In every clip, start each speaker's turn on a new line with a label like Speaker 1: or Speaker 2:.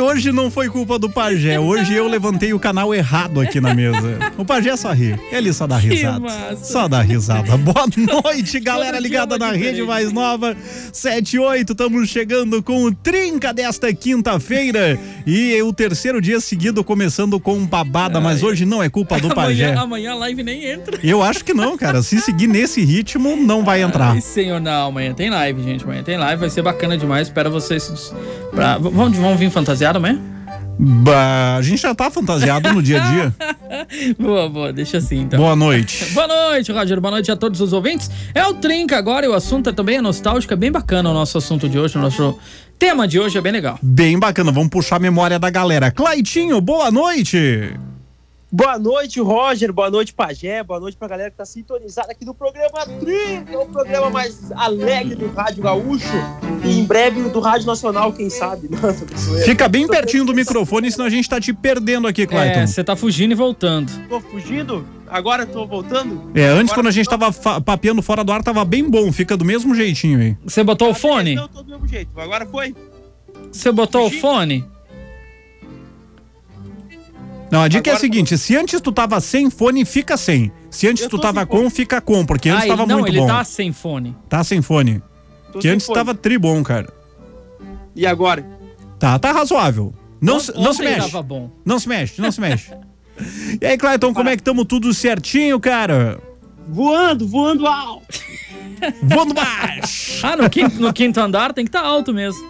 Speaker 1: hoje não foi culpa do pajé. Hoje eu levantei o canal errado aqui na mesa. O pajé só ri. Ele só dá risada.
Speaker 2: massa.
Speaker 1: Só dá risada. Boa noite, galera
Speaker 2: dia
Speaker 1: ligada
Speaker 2: uma
Speaker 1: na
Speaker 2: diferente.
Speaker 1: rede mais nova. 7 e 8, estamos chegando com o trinca desta quinta-feira. E é o terceiro dia seguido começando com um babada, mas hoje não é culpa do pajé.
Speaker 2: Amanhã, amanhã a live nem entra.
Speaker 1: Eu acho que não, cara. Se seguir nesse ritmo, não vai entrar.
Speaker 2: Ai, senhor, não. Amanhã tem live, gente. Amanhã tem live. Vai ser bacana demais. Espero vocês. Pra... v- Vão, vão vir fantasiado amanhã?
Speaker 1: Bah, a gente já tá fantasiado no dia a dia.
Speaker 2: Tá. Boa, boa. Deixa assim, então.
Speaker 1: Boa noite.
Speaker 2: Boa noite, Roger. Boa noite a todos os ouvintes. É o Trinca agora e o assunto é também é nostálgico. É bem bacana o nosso assunto de hoje. O nosso tema de hoje é bem legal.
Speaker 1: Bem bacana, vamos puxar a memória da galera. Claitinho, boa noite.
Speaker 3: Boa noite, Roger. Boa noite, Pajé. Boa noite pra galera que tá sintonizada aqui no programa Trinca, o programa mais alegre do Rádio Gaúcho. E em breve do Rádio Nacional, quem sabe. Não, zoeira.
Speaker 1: Fica bem pertinho do microfone, senão a gente tá te perdendo aqui,
Speaker 2: É,
Speaker 1: Clayton.
Speaker 2: você tá fugindo e voltando.
Speaker 3: Tô fugindo? Agora tô voltando?
Speaker 1: É, antes
Speaker 3: Agora
Speaker 1: quando a gente
Speaker 3: tô-
Speaker 1: tava fa- papeando fora do ar, tava bem bom, fica do mesmo jeitinho aí.
Speaker 2: Você botou o
Speaker 3: Ah,
Speaker 2: fone?
Speaker 3: Não, tô do mesmo jeito. Agora foi.
Speaker 2: Você botou o fone?
Speaker 1: Não, a dica é a
Speaker 3: Agora-
Speaker 1: seguinte, se antes tu tava sem fone, fica sem. Se antes
Speaker 3: Eu
Speaker 1: tu
Speaker 3: tô
Speaker 1: tava
Speaker 3: sem
Speaker 1: com,
Speaker 3: fone.
Speaker 1: fica com, porque antes
Speaker 2: Ah, ele,
Speaker 1: tava
Speaker 2: não,
Speaker 1: muito
Speaker 2: ele
Speaker 1: bom.
Speaker 2: tá sem fone.
Speaker 1: Tá sem fone.
Speaker 3: Tô
Speaker 1: que
Speaker 3: sem
Speaker 1: antes
Speaker 3: fone.
Speaker 1: tava tribom, cara.
Speaker 3: E agora?
Speaker 1: Tá, tá razoável. Não, se- não se
Speaker 2: Ontem
Speaker 1: mexe.
Speaker 2: tava bom.
Speaker 1: Não se mexe, não se mexe. E aí, Clayton, como é que tamo tudo certinho, cara?
Speaker 3: Voando, voando alto.
Speaker 1: Vamos baixo!
Speaker 2: Ah, no quinto, no quinto andar tem que estar alto mesmo.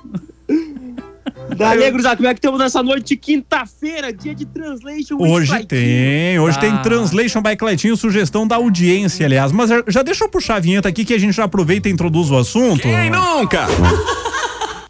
Speaker 3: Dale, Cruzado, como é que estamos nessa noite de quinta-feira, dia de Translation? with
Speaker 1: Hoje
Speaker 3: Claitinho?
Speaker 1: tem, hoje
Speaker 2: Tá.
Speaker 1: tem Translation by Cleitinho, sugestão da audiência, aliás. Mas eh, já- já deixa eu puxar a vinheta aqui que a gente já aproveita e introduz o assunto.
Speaker 4: Quem nunca?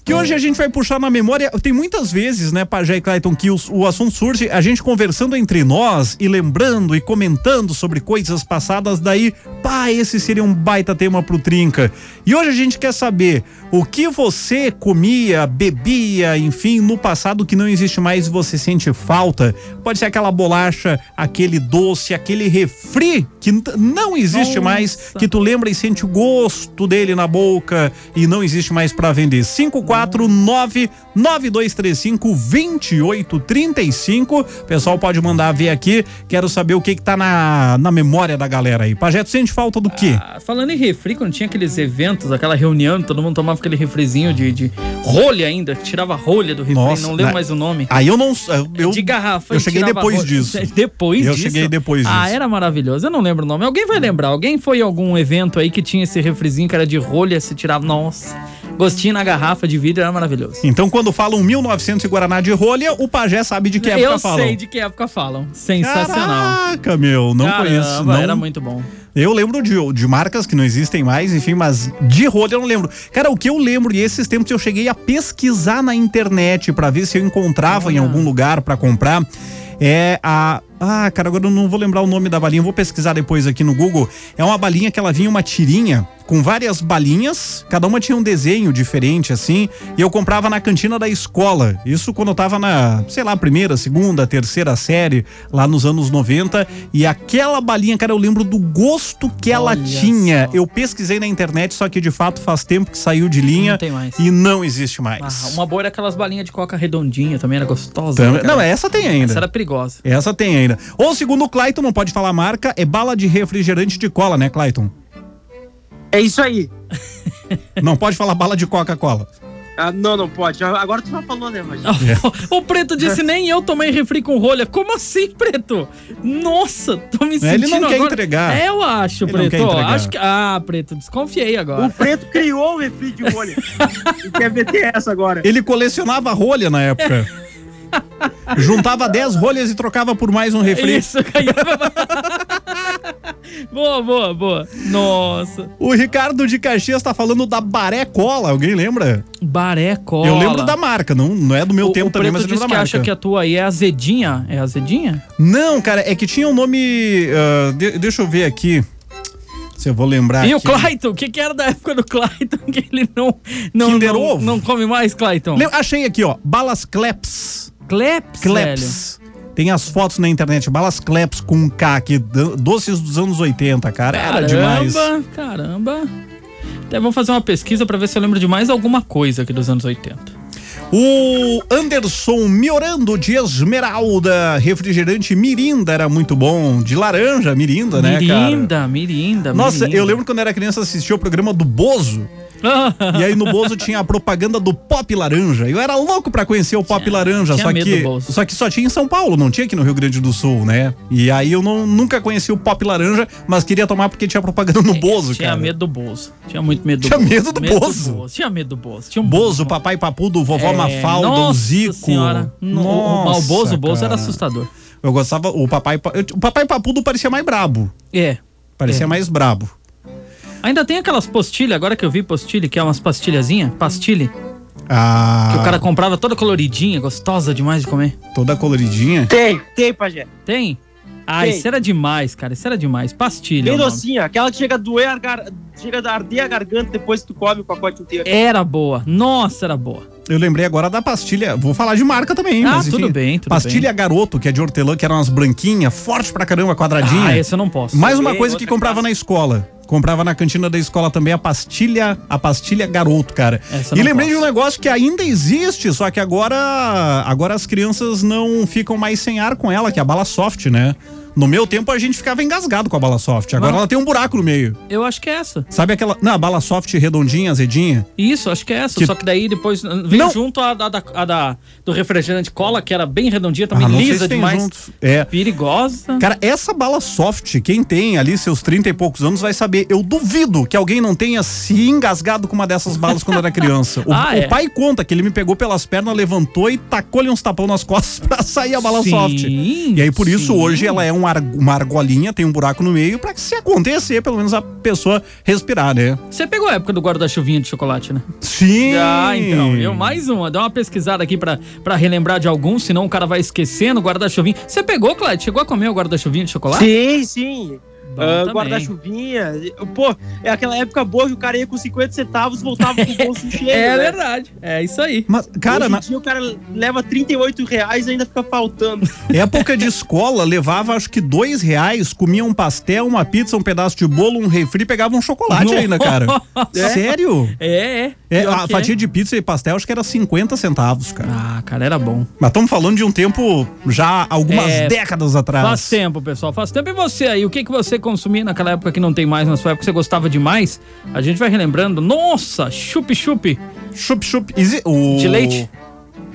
Speaker 1: Que hoje a gente vai puxar na memória. Tem muitas vezes, né, Pajé e Clayton, que os- o assunto surge a gente conversando entre nós e lembrando e comentando sobre coisas passadas. Daí, pá, esse seria um baita tema pro Trinca. E hoje a gente quer saber o que você comia, bebia, enfim, no passado que não existe mais e você sente falta. Pode ser aquela bolacha, aquele doce, aquele refri que n- não existe
Speaker 2: Nossa.
Speaker 1: mais, que tu lembra e sente o gosto dele na boca e não existe mais pra vender. 549-9235-2835. Pessoal, pode mandar ver aqui. Quero saber o que, que tá na, na memória da galera aí. Pajé, tu sente falta do quê?
Speaker 2: Ah, falando em refri, quando tinha aqueles eventos, aquela reunião, todo mundo tomava aquele refrizinho de, de rolha ainda, que tirava a rolha do refri,
Speaker 1: Nossa,
Speaker 2: não lembro
Speaker 1: na-
Speaker 2: mais o nome.
Speaker 1: Aí eu não. Eu,
Speaker 2: de garrafa.
Speaker 1: eu
Speaker 2: e
Speaker 1: cheguei
Speaker 2: tirava a
Speaker 1: depois
Speaker 2: rolha.
Speaker 1: disso.
Speaker 2: Depois
Speaker 1: Eu
Speaker 2: disso?
Speaker 1: cheguei depois
Speaker 2: Ah,
Speaker 1: disso.
Speaker 2: era maravilhoso. Eu não lembro o nome. Alguém vai lembrar. Alguém foi em algum evento aí que tinha esse refrizinho que era de rolha, se tirava... Nossa, gostinho na garrafa de vidro, era maravilhoso.
Speaker 1: Então, quando falam 1900 e Guaraná de rolha, o pajé sabe de é que época
Speaker 2: eu
Speaker 1: falam.
Speaker 2: sei de que época falam. Sensacional.
Speaker 1: Caraca, meu, não
Speaker 2: Caramba,
Speaker 1: conheço. Não.
Speaker 2: Era muito bom.
Speaker 1: Eu lembro de, de marcas que não existem mais, enfim, mas de rolha eu não lembro. Cara, o que eu lembro, e esses tempos eu cheguei a pesquisar na internet pra ver se eu encontrava em
Speaker 2: Olha.
Speaker 1: algum lugar pra comprar, é a. Ah, cara, agora eu não vou lembrar o nome da balinha, eu vou pesquisar depois aqui no Google. É uma balinha que ela vinha em uma tirinha com várias balinhas, cada uma tinha um desenho diferente, assim, e eu comprava na cantina da escola. Isso quando eu tava na, sei lá, primeira, segunda, terceira série, lá nos anos 90. E aquela balinha, cara, eu lembro do gosto que ela
Speaker 2: Olha
Speaker 1: tinha.
Speaker 2: só.
Speaker 1: Eu pesquisei na internet, só que de fato faz tempo que saiu de linha
Speaker 2: Não tem mais.
Speaker 1: e não existe
Speaker 2: Ah,
Speaker 1: mais.
Speaker 2: uma boa era aquelas balinhas de coca redondinha também, era gostosa.
Speaker 1: Tam-
Speaker 2: né, cara?
Speaker 1: Não, essa tem ainda.
Speaker 2: Essa era perigosa.
Speaker 1: Essa tem ainda. Ou segundo o Clayton, não pode falar a marca, é bala de refrigerante de cola, né, Clayton?
Speaker 3: É isso aí.
Speaker 1: Não pode falar bala de Coca-Cola.
Speaker 3: Ah, não, não pode. Agora tu já falou, né, Roger?
Speaker 2: o Preto disse,
Speaker 1: É.
Speaker 2: nem eu tomei refri com rolha. Como assim, Preto? Nossa, tô me sentindo
Speaker 1: Né? Ele não quer
Speaker 2: agora-
Speaker 1: entregar.
Speaker 2: É, eu acho,
Speaker 1: Ele não
Speaker 2: Preto.
Speaker 1: quer
Speaker 2: ó,
Speaker 1: entregar.
Speaker 2: acho que... Ah, Preto, desconfiei
Speaker 3: O
Speaker 2: agora.
Speaker 3: preto criou o refri de rolha. e quer meter essa agora.
Speaker 1: Ele colecionava rolha na época. Juntava 10 rolhas e trocava por mais um refri.
Speaker 2: Isso, ganhava... boa, boa, boa. Nossa.
Speaker 1: O Ricardo de Caxias tá falando da Baré Cola, alguém lembra?
Speaker 2: Baré, cola.
Speaker 1: Eu lembro da marca, não, não é do meu
Speaker 2: o,
Speaker 1: tempo
Speaker 2: o
Speaker 1: também,
Speaker 2: Preto
Speaker 1: mas eu
Speaker 2: disse
Speaker 1: lembro da
Speaker 2: que
Speaker 1: marca.
Speaker 2: acha que a tua aí é azedinha. É azedinha?
Speaker 1: Não, cara, é que tinha um nome. ah, de- deixa eu ver aqui. Se eu vou lembrar.
Speaker 2: E o
Speaker 1: aqui.
Speaker 2: Clayton, o que, que era da época do Clayton que ele não não,
Speaker 1: Kinder
Speaker 2: não,
Speaker 1: Ovo?
Speaker 2: não come mais, Clayton?
Speaker 1: Lem- Achei aqui, ó. Balas Kleps.
Speaker 2: Kleps, velho.
Speaker 1: Kleps. Tem as fotos na internet, balas Kleps com um K, que do- doces dos anos 80, cara. Era demais.
Speaker 2: Caramba, caramba. Até vamos fazer uma pesquisa pra ver se eu lembro de mais alguma coisa aqui dos anos 80.
Speaker 1: O Anderson Miorando de Esmeralda, refrigerante Mirinda era muito bom, de laranja, Mirinda, né, cara?
Speaker 2: Mirinda, Mirinda,
Speaker 1: Nossa,
Speaker 2: Mirinda.
Speaker 1: eu lembro quando era criança assistia o programa do Bozo. E aí no Bozo tinha a propaganda do Pop Laranja. Eu era louco pra conhecer o Pop
Speaker 2: Tinha-
Speaker 1: Laranja,
Speaker 2: tinha
Speaker 1: só
Speaker 2: medo
Speaker 1: que
Speaker 2: do Bozo.
Speaker 1: só que só tinha em São Paulo, não tinha aqui no Rio Grande do Sul, né? E aí eu não, nunca conheci o Pop Laranja, mas queria tomar porque tinha propaganda no Bozo,
Speaker 2: É, Tinha
Speaker 1: cara.
Speaker 2: medo do Bozo. Tinha muito medo do
Speaker 1: Tinha
Speaker 2: Bozo.
Speaker 1: medo do Bozo.
Speaker 2: Tinha medo do Bozo. Tinha um
Speaker 1: Bozo, papai papudo, vovó
Speaker 2: É,
Speaker 1: Mafalda, o
Speaker 2: nossa
Speaker 1: Zico.
Speaker 2: Senhora. No- o- o- o Bozo, o Bozo
Speaker 1: cara.
Speaker 2: era assustador.
Speaker 1: Eu gostava, o papai, pa- eu- o papai papudo parecia mais brabo,
Speaker 2: É.
Speaker 1: parecia mais brabo.
Speaker 2: Ainda tem aquelas postilhas, agora que eu vi postilha, que é umas pastilhazinhas, pastilha,
Speaker 1: Ah,
Speaker 2: que o cara comprava toda coloridinha, gostosa demais de comer.
Speaker 1: toda coloridinha.
Speaker 3: Tem, tem, Pajé.
Speaker 2: Tem? Ah,
Speaker 3: Tem.
Speaker 2: isso era demais, cara. Isso era demais. Pastilha. é
Speaker 3: Bem
Speaker 2: o nome.
Speaker 3: docinha, aquela que chega a doer, a gar... chega a arder a garganta depois que tu come o pacote inteiro.
Speaker 2: Era boa. Nossa, era boa.
Speaker 1: Eu lembrei agora da pastilha. Vou falar de marca também,
Speaker 2: ah,
Speaker 1: mas enfim.
Speaker 2: tudo bem, tudo
Speaker 1: pastilha Garoto, que é de hortelã, que eram umas branquinhas, forte pra caramba,
Speaker 2: bem.
Speaker 1: quadradinha.
Speaker 2: Ah, essa eu não posso.
Speaker 1: Mais uma
Speaker 3: Bem,
Speaker 1: coisa que
Speaker 3: outra
Speaker 1: comprava na escola. Comprava na cantina da escola também a pastilha, a pastilha Garoto, cara.
Speaker 2: Essa eu
Speaker 1: E
Speaker 2: não
Speaker 1: lembrei de
Speaker 2: posso.
Speaker 1: um negócio que ainda existe, só que agora agora as crianças não ficam mais sem ar com ela, que é a bala soft, né? No meu tempo a gente ficava engasgado com a bala soft. Agora
Speaker 2: Mas-
Speaker 1: ela tem um buraco no meio.
Speaker 2: Eu acho que é essa.
Speaker 1: Sabe aquela. Não, a bala soft redondinha, azedinha?
Speaker 2: Isso, acho que é essa.
Speaker 1: Que-
Speaker 2: Só que daí depois vem
Speaker 1: Não.
Speaker 2: junto a, da- da- a da- do refrigerante cola, que era bem redondinha, também
Speaker 1: Ah, não sei
Speaker 2: lisa
Speaker 1: se tem
Speaker 2: demais.
Speaker 1: juntos. É.
Speaker 2: Perigosa.
Speaker 1: Cara, essa bala soft, quem tem ali seus 30 e poucos anos vai saber. Eu duvido que alguém não tenha se engasgado com uma dessas balas quando era criança. O,
Speaker 2: Ah,
Speaker 1: o
Speaker 2: é?
Speaker 1: pai conta que ele me pegou pelas pernas, levantou e tacou-lhe uns tapão nas costas pra sair a bala
Speaker 2: Sim,
Speaker 1: é soft. E aí, por isso,
Speaker 2: sim.
Speaker 1: hoje ela é um ar- uma argolinha, tem um buraco no meio, pra que se acontecer, pelo menos a pessoa respirar, né?
Speaker 2: Você pegou a época do guarda-chuvinha de chocolate, né?
Speaker 1: Sim!
Speaker 2: Ah, então. Eu mais uma. Dá uma pesquisada aqui pra, pra relembrar de algum, senão o cara vai esquecendo o guarda-chuvinho. Você pegou, Clyde? Chegou a comer o guarda-chuvinho de chocolate?
Speaker 3: Sim, sim.
Speaker 2: É Bom
Speaker 3: Ah,
Speaker 2: também.
Speaker 3: Guarda-chuvinha. Pô, é aquela época boa que o cara ia com 50 centavos voltava com o bolso cheio.
Speaker 2: É
Speaker 3: né?
Speaker 2: verdade. É isso aí.
Speaker 1: Mas, cara,
Speaker 3: Hoje em
Speaker 1: na
Speaker 3: dia o cara leva 38 reais e ainda fica faltando.
Speaker 1: época de escola, levava acho que dois reais, comia um pastel, uma pizza, um pedaço de bolo, um refri, pegava um chocolate
Speaker 2: Nossa.
Speaker 1: ainda, cara. Sério?
Speaker 2: É, é.
Speaker 1: É,
Speaker 2: Pior
Speaker 1: a
Speaker 2: que
Speaker 1: fatia de pizza e pastel acho que era 50 centavos, cara.
Speaker 2: Ah, cara, era bom.
Speaker 1: Mas estamos falando de um tempo já algumas
Speaker 2: É,
Speaker 1: décadas atrás.
Speaker 2: Faz tempo, pessoal, faz tempo. E você aí, o que, que você consumia naquela época que não tem mais na sua época, que você gostava demais? A gente vai relembrando. Nossa, chup-chup
Speaker 1: Chup, chup. Exi- o-
Speaker 2: de leite.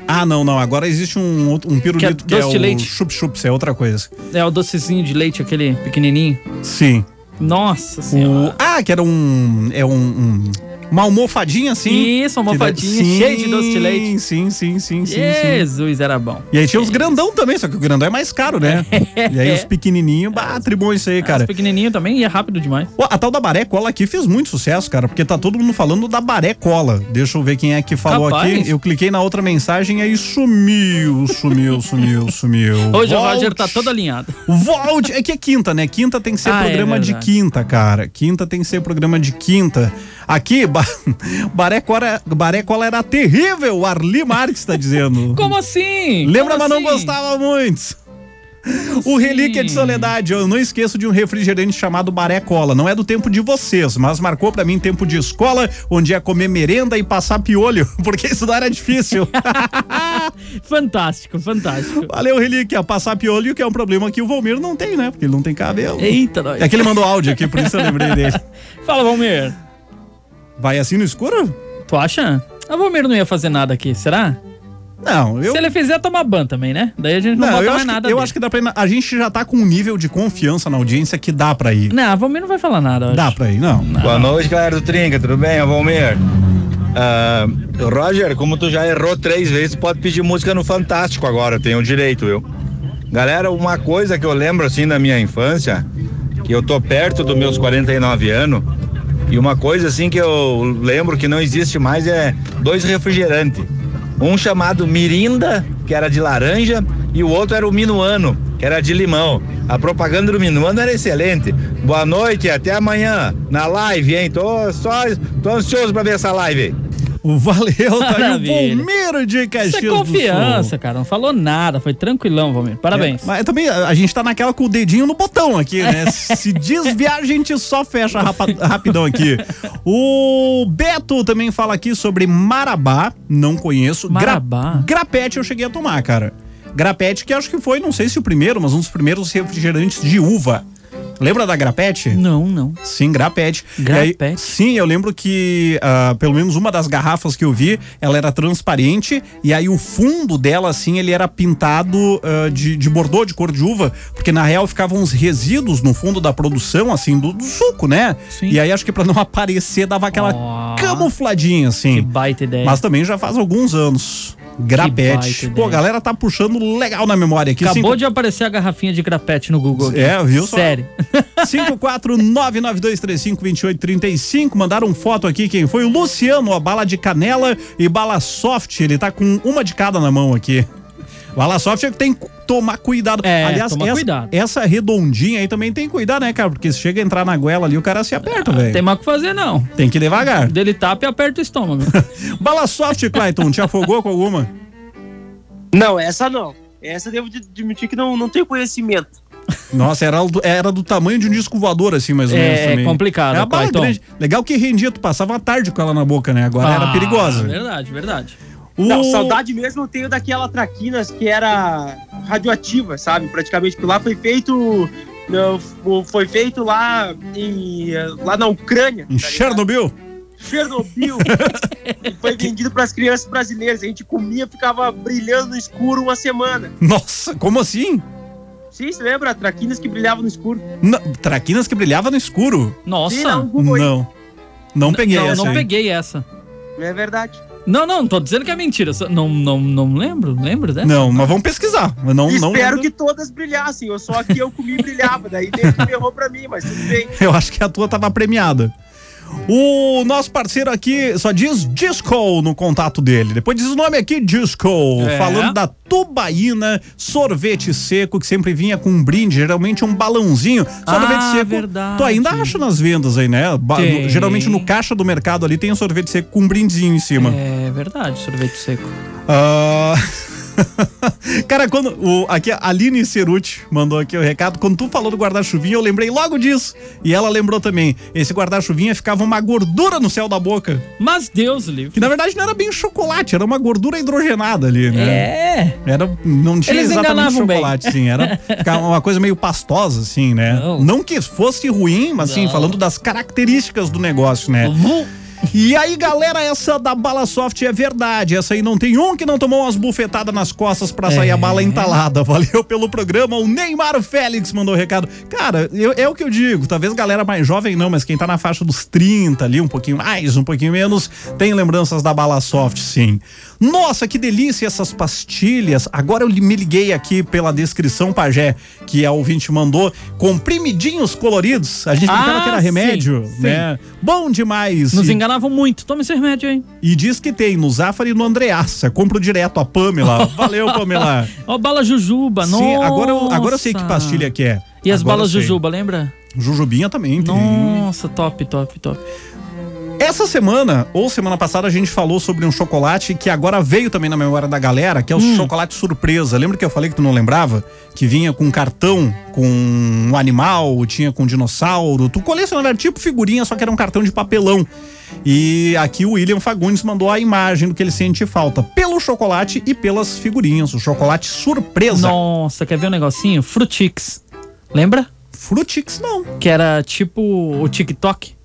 Speaker 1: Ah, não, não. Agora existe um, outro- um pirulito que é,
Speaker 2: doce de
Speaker 1: o
Speaker 2: leite.
Speaker 1: chup, chup. Isso é outra coisa.
Speaker 2: É o docezinho de leite, aquele pequenininho.
Speaker 1: Sim.
Speaker 2: Nossa
Speaker 1: O...
Speaker 2: senhora.
Speaker 1: Ah, que era um... É um... um- Uma almofadinha, assim.
Speaker 2: Isso, uma
Speaker 1: Que vai-
Speaker 2: almofadinha
Speaker 1: Sim,
Speaker 2: cheia de doce de leite.
Speaker 1: Sim, sim, sim, sim, sim.
Speaker 2: Jesus, era bom.
Speaker 1: E aí tinha os grandão também, só que o grandão é mais caro, né? E aí os pequenininhos, bah, tribom isso aí, cara.
Speaker 2: Esse pequenininho também ia rápido demais.
Speaker 1: Ó, A tal da Baré Cola aqui fez muito sucesso, cara, porque tá todo mundo falando da Baré Cola. Deixa eu ver quem é que falou
Speaker 2: Capaz.
Speaker 1: aqui. Eu cliquei na outra mensagem e aí sumiu, sumiu, sumiu, sumiu.
Speaker 2: Hoje o
Speaker 1: Volte,
Speaker 2: Roger tá todo alinhado.
Speaker 1: Volte! É que é quinta, né? Quinta tem que ser
Speaker 2: Ah, é
Speaker 1: programa de
Speaker 2: verdade.
Speaker 1: quinta, cara. Quinta tem que ser programa de quinta. Aqui, ba... Baré, Cola, Baré Cola era terrível, o Arli Marques tá dizendo.
Speaker 2: Como assim?
Speaker 1: Lembra,
Speaker 2: Como
Speaker 1: mas não
Speaker 2: assim?
Speaker 1: gostava muito. O
Speaker 2: assim?
Speaker 1: Relíquia de Soledade, eu não esqueço de um refrigerante chamado Baré Cola. Não é do tempo de vocês, mas marcou pra mim tempo de escola, onde ia comer merenda e passar piolho, porque isso não era difícil.
Speaker 2: Fantástico, fantástico.
Speaker 1: Valeu, Relíquia. Passar piolho, que é um problema que o Valmir não tem, né? Porque ele não tem cabelo.
Speaker 2: Eita, nós.
Speaker 1: É que ele mandou áudio aqui, por isso eu lembrei dele.
Speaker 2: Fala, Valmir.
Speaker 1: Vai assim no escuro?
Speaker 2: Tu acha? A Valmir não ia fazer nada aqui, será?
Speaker 1: Não, eu.
Speaker 2: Se ele fizer, toma ban também, né? Daí a gente não,
Speaker 1: Não,
Speaker 2: bota
Speaker 1: eu
Speaker 2: mais
Speaker 1: acho,
Speaker 2: nada.
Speaker 1: que, eu
Speaker 2: dele.
Speaker 1: acho que dá pra ir. na- A gente já tá com um nível de confiança na audiência que dá pra ir.
Speaker 2: Não, a Valmir não vai falar nada, eu
Speaker 1: Dá
Speaker 2: acho.
Speaker 1: pra ir, não.
Speaker 4: Boa noite, galera do Trinca, tudo bem? É o Valmir. Ah, Roger, como tu já errou três vezes, pode pedir música no Fantástico agora, eu tenho o direito, eu. Galera, uma coisa que eu lembro assim da minha infância, que eu tô perto dos meus 49 anos, e uma coisa assim que eu lembro que não existe mais é dois refrigerantes. Um chamado Mirinda, que era de laranja, e o outro era o Minuano, que era de limão. A propaganda do Minuano era excelente. Boa noite, até amanhã na live, hein? Tô só tô ansioso pra ver essa live.
Speaker 1: O valeu, tá aí o
Speaker 2: Maravilha.
Speaker 1: Palmeiro de Caxias
Speaker 2: Isso é
Speaker 1: do Sul.
Speaker 2: confiança, cara. Não falou nada. Foi tranquilão, Valmir. Parabéns.
Speaker 1: É,
Speaker 2: É.
Speaker 1: Mas também a a gente tá naquela com o dedinho no botão aqui, né? Se desviar, a gente só fecha rapa- rapidão aqui. O Beto também fala aqui sobre Marabá, não conheço.
Speaker 2: Marabá?
Speaker 1: grapete eu cheguei a tomar, cara. Grapete que acho que foi, não sei se o primeiro, mas um dos primeiros refrigerantes de uva. Lembra da grapete?
Speaker 2: Não, não.
Speaker 1: Sim, grapete.
Speaker 2: Grapete?
Speaker 1: E aí, sim, eu lembro que ah, pelo menos uma das garrafas que eu vi, ela era transparente e aí o fundo dela, assim, ele era pintado ah, de, de bordô, de cor de uva, porque na real ficavam uns resíduos no fundo da produção, assim, do, do suco, né?
Speaker 2: Sim.
Speaker 1: E aí acho que pra não aparecer dava aquela
Speaker 2: Ó.
Speaker 1: camufladinha,
Speaker 2: Que
Speaker 1: assim.
Speaker 2: baita ideia.
Speaker 1: Mas também já faz alguns anos.
Speaker 2: É. baita
Speaker 1: Grapete. Pô,
Speaker 2: ideia.
Speaker 1: a galera tá puxando legal na memória aqui.
Speaker 2: Acabou
Speaker 1: Cinco-
Speaker 2: de aparecer a garrafinha de grapete no Google. aqui.
Speaker 1: É, viu só?
Speaker 2: Sério.
Speaker 1: 54992352835. Mandaram foto aqui quem foi? O Luciano, a bala de canela e bala soft. Ele tá com uma de cada na mão aqui. Bala soft é que tem que tomar cuidado.
Speaker 2: É,
Speaker 1: Aliás,
Speaker 2: toma
Speaker 1: essa,
Speaker 2: cuidado.
Speaker 1: essa redondinha aí também tem que cuidar, né, cara? Porque se chega a entrar na goela ali, o cara se aperta, velho.
Speaker 2: Ah, Tem mais o que fazer, não.
Speaker 1: Tem que ir devagar.
Speaker 2: Dele tapa e aperta o estômago.
Speaker 1: Bala soft, Clayton, te afogou com alguma?
Speaker 3: Não, essa não. Essa eu devo de- admitir que não, não tenho conhecimento.
Speaker 1: Nossa, era do, era do tamanho de um disco voador, assim, mais ou menos
Speaker 2: é
Speaker 1: também.
Speaker 2: complicado,
Speaker 1: Era uma bala
Speaker 2: Clayton.
Speaker 1: grande. Legal que rendia, tu passava a tarde com ela na boca, né? Agora era
Speaker 2: Ah,
Speaker 1: perigosa. Uh,
Speaker 2: Verdade, verdade.
Speaker 1: O-
Speaker 3: Não, saudade mesmo eu tenho daquela traquinas que era radioativa, sabe? Praticamente, porque lá foi feito... não, fo- Foi feito lá, em, lá na Ucrânia.
Speaker 1: Em
Speaker 3: tá ligado?
Speaker 1: Chernobyl?
Speaker 3: Chernobyl. e foi vendido para as crianças brasileiras. A gente comia, ficava brilhando no escuro uma semana.
Speaker 1: Nossa, como assim?
Speaker 3: Sim, você lembra? Traquinas que brilhavam no escuro.
Speaker 1: Na- traquinas que brilhava no escuro?
Speaker 3: Sim,
Speaker 2: Nossa.
Speaker 3: dá um Google aí.
Speaker 1: Não. Não peguei
Speaker 2: não,
Speaker 1: essa.
Speaker 2: não
Speaker 1: aí.
Speaker 2: peguei essa.
Speaker 3: Não é verdade.
Speaker 2: Não, não, tô dizendo que é mentira. só- Não, não, não lembro, lembro dessa?
Speaker 1: Não, mas vamos pesquisar. Mas Não, não
Speaker 3: né? Espero
Speaker 1: lembro.
Speaker 3: que todas brilhassem. Ou só a que eu comi brilhava. Daí meio que ferrou pra mim, mas tudo bem.
Speaker 1: Eu acho que a tua tava premiada. O nosso parceiro aqui só diz Disco no contato dele. Depois diz o nome aqui, Disco.
Speaker 2: É.
Speaker 1: Falando da tubaína, sorvete seco, que sempre vinha com um brinde, geralmente um balãozinho. Sorvete
Speaker 2: Ah,
Speaker 1: seco.
Speaker 2: verdade.
Speaker 1: Tu ainda acha nas vendas aí, né? Ba-
Speaker 2: Tem.
Speaker 1: no- geralmente no caixa do mercado ali tem um sorvete seco com um brindezinho em cima.
Speaker 2: É verdade, sorvete seco.
Speaker 1: Ah, Cara, quando. O, aqui, a Aline Ceruti mandou aqui o recado. Quando tu falou do guarda-chuvinha, eu lembrei logo disso. E ela lembrou também. Esse guarda-chuvinha ficava uma gordura no céu da boca.
Speaker 2: Mas Deus
Speaker 1: Que
Speaker 2: livre.
Speaker 1: na verdade não era bem chocolate, era uma gordura hidrogenada ali, né?
Speaker 2: É.
Speaker 1: Era, não tinha
Speaker 2: Eles
Speaker 1: exatamente
Speaker 2: enganavam bem.
Speaker 1: chocolate, sim. Era ficava uma coisa meio pastosa, assim, né?
Speaker 2: Não.
Speaker 1: Não, que fosse ruim, mas sim,
Speaker 2: Não.
Speaker 1: falando das características do negócio, né?
Speaker 2: Vu-
Speaker 1: E aí, galera, essa da bala soft é verdade. Essa aí não tem um que não tomou umas bufetadas nas costas pra sair
Speaker 2: É.
Speaker 1: a bala entalada. Valeu pelo programa. O Neymar Félix mandou recado. Cara, eu- é o que eu digo. Talvez galera mais jovem não, mas quem tá na faixa dos 30 ali, um pouquinho mais, um pouquinho menos, tem lembranças da bala soft, sim. Nossa, que delícia essas pastilhas. Agora eu li- me liguei aqui pela descrição, Pajé, que a ouvinte mandou. Comprimidinhos coloridos. A gente brincava
Speaker 2: Ah,
Speaker 1: que era
Speaker 2: sim,
Speaker 1: remédio,
Speaker 2: sim.
Speaker 1: né? Bom demais.
Speaker 2: Nos
Speaker 1: E-
Speaker 2: enganavam muito. Toma esse remédio aí.
Speaker 1: e diz que tem no Zafari e no Andreassa. Compro direto a Pamela. Valeu, Pamela.
Speaker 2: Ó, bala jujuba, nossa.
Speaker 1: Sim, agora eu, agora eu sei que pastilha que é.
Speaker 2: E as
Speaker 1: Agora
Speaker 2: balas
Speaker 1: eu sei.
Speaker 2: jujuba, lembra?
Speaker 1: Jujubinha também tem.
Speaker 2: Nossa, top, top, top.
Speaker 1: Essa semana, ou semana passada, a gente falou sobre um chocolate que agora veio também na memória da galera, que é o
Speaker 2: Hum.
Speaker 1: chocolate surpresa. Lembra que eu falei que tu não lembrava? Que vinha com cartão, com um animal, tinha com dinossauro. Tu colecionava, era tipo figurinha, só que era um cartão de papelão. E aqui o William Fagundes mandou a imagem do que ele sente falta pelo chocolate e pelas figurinhas. O chocolate surpresa.
Speaker 2: Nossa, quer ver um negocinho? Frutix. Lembra?
Speaker 1: Frutix não.
Speaker 2: Que era tipo o TikTok.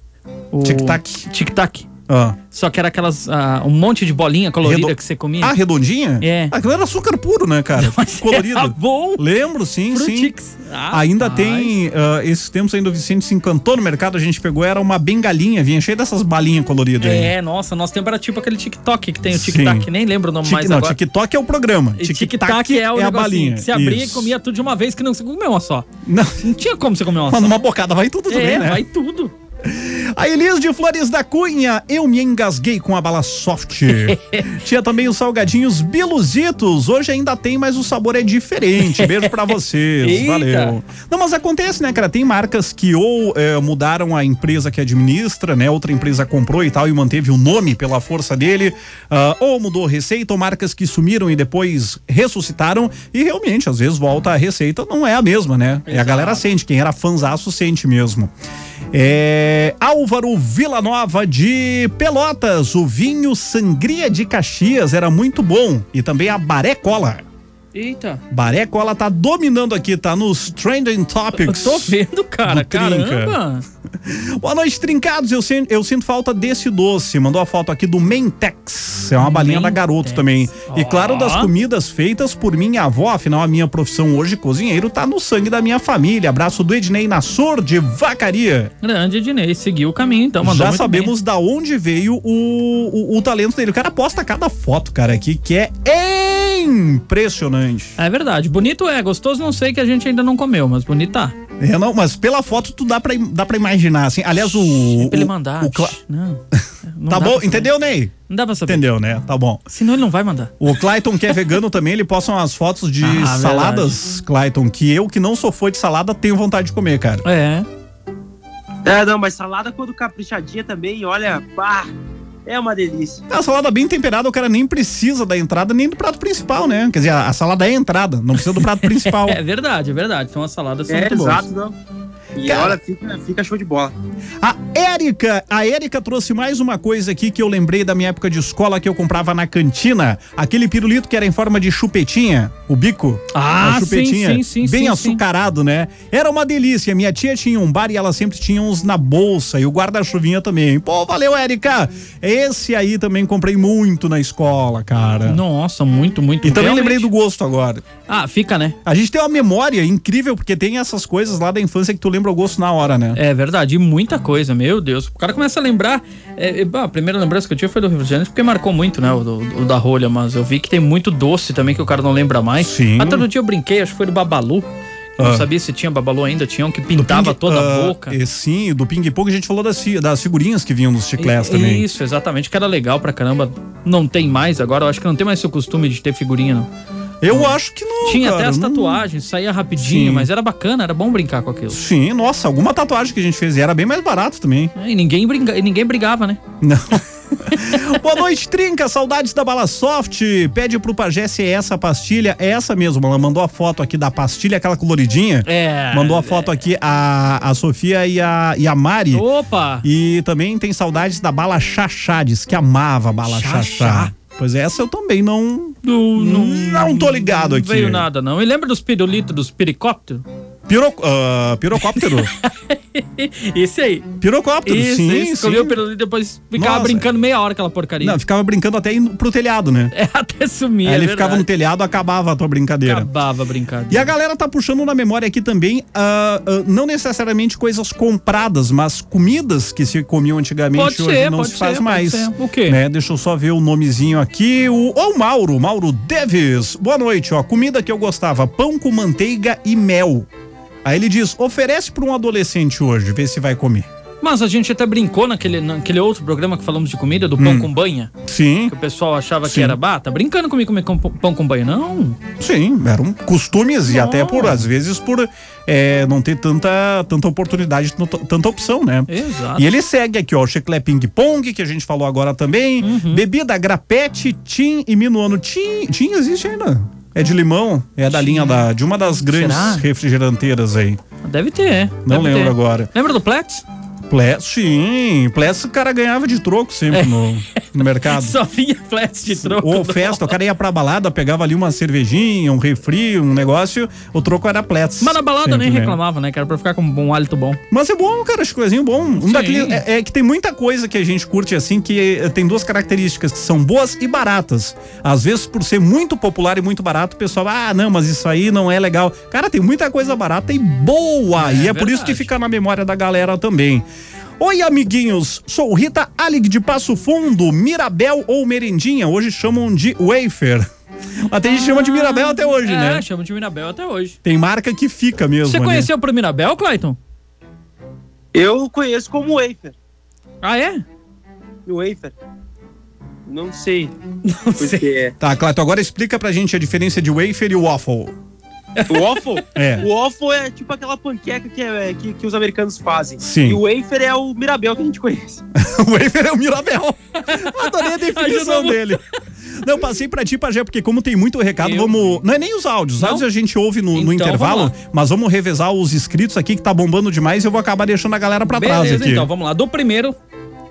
Speaker 2: O...
Speaker 1: Tic-tac.
Speaker 2: Tic-tac.
Speaker 1: Ah.
Speaker 2: Só que era aquelas. ah, um monte de bolinha colorida
Speaker 1: Redo-
Speaker 2: que você comia.
Speaker 1: ah, redondinha?
Speaker 2: É.
Speaker 1: Aquilo era açúcar puro, né, cara?
Speaker 2: Era
Speaker 1: Colorido.
Speaker 2: bom.
Speaker 1: Lembro, sim, sim.
Speaker 2: Frutix. Ah,
Speaker 1: Ainda
Speaker 2: mas-
Speaker 1: tem, ah, esses tempos ainda o Vicente se encantou no mercado, a gente pegou, era uma bengalinha, vinha cheia dessas balinhas coloridas. aí.
Speaker 2: É, nossa, nosso tempo era tipo aquele TikTok que tem o
Speaker 1: Sim.
Speaker 2: TikTok, nem lembro o nome
Speaker 1: Tic-
Speaker 2: mais
Speaker 1: não,
Speaker 2: agora.
Speaker 1: TikTok é o programa.
Speaker 2: E Tic-tac é o
Speaker 1: a
Speaker 2: negocinho
Speaker 1: balinha.
Speaker 2: que você abria e
Speaker 1: Isso.
Speaker 2: comia tudo de uma vez, que não você comeu uma só.
Speaker 1: Não,
Speaker 2: Não tinha como você comer uma
Speaker 1: mas
Speaker 2: só.
Speaker 1: numa bocada vai tudo
Speaker 2: é,
Speaker 1: também, né?
Speaker 2: vai tudo.
Speaker 1: A Elis de Flores da Cunha, eu me engasguei com a bala soft. Tinha também os salgadinhos Beluzitos, hoje ainda tem, mas o sabor é diferente. Beijo pra vocês,
Speaker 2: Eita.
Speaker 1: valeu. Não, mas acontece, né, cara? Tem marcas que ou eh, mudaram a empresa que administra, né? Outra empresa comprou e tal e manteve o nome pela força dele, ah, ou mudou receita, ou marcas que sumiram e depois ressuscitaram. E realmente, às vezes, volta a receita, não é a mesma, né? E a galera sente, quem era fanzaço sente mesmo. É, Álvaro Vila Nova de Pelotas, o vinho Sangria de Caxias era muito bom. E também a Baré Cola.
Speaker 2: Eita.
Speaker 1: Bareco, ela tá dominando aqui, tá nos Trending
Speaker 2: Eu
Speaker 1: Topics.
Speaker 2: tô vendo, cara.
Speaker 1: Do trinca.
Speaker 2: Caramba.
Speaker 1: Boa noite, trincados. Eu, sin- eu sinto falta desse doce. Mandou a foto aqui do Mentex. É uma balinha da
Speaker 2: Mentex.
Speaker 1: garoto também. E claro,
Speaker 2: Ó.
Speaker 1: das comidas feitas por minha avó. Afinal, a minha profissão hoje, cozinheiro, tá no sangue da minha família. Abraço do Ednei Nassor de Vacaria.
Speaker 2: Grande Ednei. Seguiu o caminho, então. Mandou
Speaker 1: Já
Speaker 2: muito
Speaker 1: sabemos da onde veio o, o, o talento dele. O cara posta cada foto, cara, aqui, que é impressionante.
Speaker 2: bem. É verdade. Bonito é. Gostoso não sei que a gente ainda não comeu, mas bonito tá.
Speaker 1: É, não, mas pela foto tu dá pra, im- dá pra imaginar, assim. Aliás, o.
Speaker 2: É pra ele
Speaker 1: o-
Speaker 2: mandar.
Speaker 1: o Cla-
Speaker 2: Não. Não
Speaker 1: Tá
Speaker 2: dá
Speaker 1: bom,
Speaker 2: pra saber.
Speaker 1: entendeu, Ney?
Speaker 2: Não dá pra saber.
Speaker 1: Entendeu, né? Tá bom.
Speaker 2: Senão ele não vai mandar.
Speaker 1: O Clayton, que é vegano também, ele posta umas fotos de
Speaker 2: Ah,
Speaker 1: saladas, Clayton, que eu, que não sou fã de salada, tenho vontade de comer, cara.
Speaker 2: É.
Speaker 3: É, não, mas salada quando caprichadinha também, olha, pá, é uma delícia.
Speaker 1: A salada bem temperada, o cara nem precisa da entrada nem do prato principal, né? Quer dizer, a a salada é a entrada, não precisa do prato principal.
Speaker 2: É verdade, é verdade. Então as saladas são
Speaker 3: é,
Speaker 2: muito boas.
Speaker 3: exato, não. E
Speaker 1: Cara.
Speaker 3: olha, fica, fica show de bola.
Speaker 1: A Érica, a Érica trouxe mais uma coisa aqui que eu lembrei da minha época de escola que eu comprava na cantina. Aquele pirulito que era em forma de chupetinha, o bico.
Speaker 2: Ah,
Speaker 1: a chupetinha,
Speaker 2: sim, sim, sim,
Speaker 1: bem
Speaker 2: sim,
Speaker 1: açucarado, né? Era uma delícia. Minha tia tinha um bar e ela sempre tinha uns na bolsa e o guarda-chuvinha também. Pô, valeu, Érica. Esse aí também comprei muito na escola, cara.
Speaker 2: É. Nossa, muito, muito.
Speaker 1: E também
Speaker 2: Realmente.
Speaker 1: lembrei do gosto agora.
Speaker 2: Ah, fica, né?
Speaker 1: A gente tem uma memória incrível porque tem essas coisas lá da infância que tu lembra o gosto na hora, né?
Speaker 2: É verdade, e muita coisa, meu Deus. O cara começa a lembrar. é, e, bah, a primeira lembrança que eu tive foi do refrigerante, porque marcou muito, né? O, do- o da rolha, mas eu vi que tem muito doce também que o cara não lembra mais.
Speaker 1: Sim.
Speaker 2: Até no dia eu brinquei, acho que foi do Babalu. que Eu
Speaker 1: Ah.
Speaker 2: não sabia se tinha Babalu ainda, tinha um que
Speaker 1: Do
Speaker 2: pintava
Speaker 1: ping-
Speaker 2: toda
Speaker 1: ah,
Speaker 2: a boca.
Speaker 1: e sim, do ping-pong a gente falou das, fi- das figurinhas que vinham nos chiclés
Speaker 2: E-
Speaker 1: também.
Speaker 2: Isso, exatamente, que era legal pra caramba. Não tem mais agora, eu acho que não tem mais seu costume de ter figurinha, não.
Speaker 1: Eu acho que não.
Speaker 2: Tinha
Speaker 1: cara,
Speaker 2: até as
Speaker 1: não-
Speaker 2: tatuagens, saía rapidinho,
Speaker 1: Sim.
Speaker 2: mas era bacana, era bom brincar com aquilo.
Speaker 1: Sim, nossa, alguma tatuagem que a gente fez e era bem mais barato também.
Speaker 2: E ninguém, brinca, e ninguém brigava, né?
Speaker 1: Não. Boa noite, Trinca. Saudades da Bala Soft. Pede pro Pajé se é essa a pastilha. É essa mesmo. Ela mandou a foto aqui da pastilha, aquela coloridinha.
Speaker 2: É.
Speaker 1: Mandou a foto aqui a, a Sofia e a, e a Mari.
Speaker 2: Opa!
Speaker 1: E também tem saudades da Bala Xaxá. Diz que amava a Bala
Speaker 2: Xaxá.
Speaker 1: Xaxá. Pois é, essa eu também não.
Speaker 2: Não,
Speaker 1: Não tô ligado aqui.
Speaker 2: Não veio nada, não. E lembra dos pirulito, dos piricópteros?
Speaker 1: Piro, ah, pirocóptero?
Speaker 2: Esse aí.
Speaker 1: pirocóptero,
Speaker 2: Isso,
Speaker 1: sim,
Speaker 2: isso.
Speaker 1: sim.
Speaker 2: Comia o pirulito e depois ficava
Speaker 1: Nossa.
Speaker 2: brincando meia hora aquela porcaria.
Speaker 1: Não, ficava brincando até indo pro telhado, né?
Speaker 2: É, até sumia,
Speaker 1: Aí
Speaker 2: é
Speaker 1: ele
Speaker 2: verdade.
Speaker 1: ficava no telhado, acabava a tua brincadeira.
Speaker 2: Acabava brincando.
Speaker 1: E a galera tá puxando na memória aqui também, ah, ah, não necessariamente coisas compradas, mas comidas que se comiam antigamente
Speaker 2: Pode
Speaker 1: e hoje
Speaker 2: ser,
Speaker 1: não
Speaker 2: pode
Speaker 1: se faz
Speaker 2: ser, pode
Speaker 1: mais.
Speaker 2: ser. O quê?
Speaker 1: Né? Deixa eu só ver o nomezinho aqui. O, o Mauro, Mauro Deves. Boa noite, ó. Comida que eu gostava: pão com manteiga e mel. Aí ele diz: oferece pra um adolescente hoje, vê se vai comer.
Speaker 2: Mas a gente até brincou naquele, naquele outro programa que falamos de comida, do pão com banha.
Speaker 1: Sim,
Speaker 2: Que o pessoal achava
Speaker 1: Hum. Sim.
Speaker 2: que era, bah, tá brincando comigo comer com- pão com banha. Não,
Speaker 1: sim. Eram costumes e
Speaker 2: Não.
Speaker 1: até por, às vezes, por eh, não ter tanta, tanta oportunidade, tanta- tanta opção, né?
Speaker 2: exato.
Speaker 1: E ele segue aqui, ó, o chiclé ping-pong, que a gente falou agora também.
Speaker 2: Uhum.
Speaker 1: Bebida grapete, tim e minuano. Tim, tim existe ainda. É de limão, é da linha da, de uma das grandes
Speaker 2: né? Será?
Speaker 1: refrigeranteiras aí.
Speaker 2: Deve ter,
Speaker 1: é-
Speaker 2: é.
Speaker 1: Não
Speaker 2: deve
Speaker 1: lembro
Speaker 2: ter.
Speaker 1: agora.
Speaker 2: Lembra do Plex?
Speaker 1: Pless, sim. Pless, o cara ganhava de troco sempre
Speaker 2: É.
Speaker 1: no, no mercado.
Speaker 2: Só vinha Plex de troco.
Speaker 1: Ou festa, o cara ia pra balada, pegava ali uma cervejinha, um refri, um negócio, o troco era Pless.
Speaker 2: Mas na balada
Speaker 1: sempre,
Speaker 2: nem
Speaker 1: né?
Speaker 2: reclamava, né? Que era pra ficar com um bom hálito bom.
Speaker 1: Mas é bom, cara, chiclezinho bom. Um
Speaker 2: Sim.
Speaker 1: daquele, é, é que tem muita coisa que a gente curte assim que eh, tem duas características que são boas e baratas. Às vezes, por ser muito popular e muito barato, o pessoal, ah, não, mas isso aí não é legal. Cara, tem muita coisa barata e boa. e é por isso que
Speaker 2: verdade.
Speaker 1: fica na memória da galera também. Oi, amiguinhos. Sou Rita Alig de Passo Fundo, Mirabel ou Merendinha. Hoje chamam de wafer. Até a gente chama de Mirabel até hoje,
Speaker 2: é,
Speaker 1: né?
Speaker 2: chamo de Mirabel até hoje.
Speaker 1: Tem marca que fica mesmo.
Speaker 2: Você
Speaker 1: né?
Speaker 2: conheceu pro Mirabel, Clayton?
Speaker 3: Eu conheço como wafer.
Speaker 2: Ah, é?
Speaker 3: New Wafer. Não sei
Speaker 2: Não
Speaker 3: por
Speaker 2: sei.
Speaker 3: que é.
Speaker 1: Tá, Clato, agora explica pra gente a diferença de wafer e waffle.
Speaker 3: O waffle?
Speaker 1: É.
Speaker 3: O waffle é tipo aquela panqueca que, é- que, que os americanos fazem.
Speaker 1: Sim.
Speaker 3: E o wafer é o Mirabel que a gente conhece.
Speaker 1: O wafer é o Mirabel. Adorei a definição
Speaker 2: Ajudou muito.
Speaker 1: dele. Não, passei pra ti, Pajé, porque como tem muito recado,
Speaker 2: Eu-
Speaker 1: vamos. Não é nem os áudios. Os
Speaker 2: Não?
Speaker 1: áudios a gente ouve no, no
Speaker 2: Então,
Speaker 1: intervalo,
Speaker 2: vamos
Speaker 1: mas vamos revezar os inscritos aqui que tá bombando demais e eu vou acabar deixando a galera pra
Speaker 2: Beleza,
Speaker 1: trás aqui.
Speaker 2: então, vamos lá. Do primeiro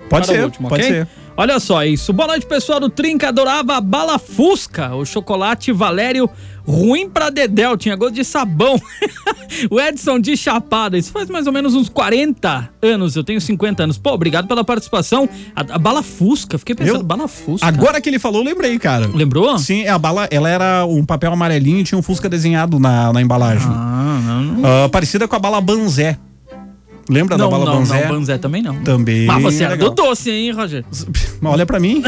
Speaker 1: pode
Speaker 2: para
Speaker 1: ser,
Speaker 2: o último,
Speaker 1: pode
Speaker 2: ok?
Speaker 1: ser.
Speaker 2: Olha só é isso. Boa noite, pessoal do Trinca. Adorava a bala fusca. O chocolate Valério ruim pra Dedel. Tinha gosto de sabão. o Edson de Chapada. Isso faz mais ou menos uns 40 anos. Eu tenho 50 anos. Pô, obrigado pela participação. A, a bala fusca. Fiquei pensando,
Speaker 1: Eu-
Speaker 2: bala fusca.
Speaker 1: Agora que ele falou, eu lembrei, cara.
Speaker 2: Lembrou?
Speaker 1: Sim, é, a bala, ela era um papel amarelinho e tinha um fusca desenhado na, na embalagem.
Speaker 2: Ah, não. Não,
Speaker 1: Ah, parecida com a bala Banzé. Lembra da
Speaker 2: não,
Speaker 1: Tá bala
Speaker 2: não,
Speaker 1: Banzé?
Speaker 2: não, Banzé também não.
Speaker 1: Também.
Speaker 2: Mas você é era
Speaker 1: legal.
Speaker 2: do doce, hein, Roger?
Speaker 1: Mas Olha pra mim.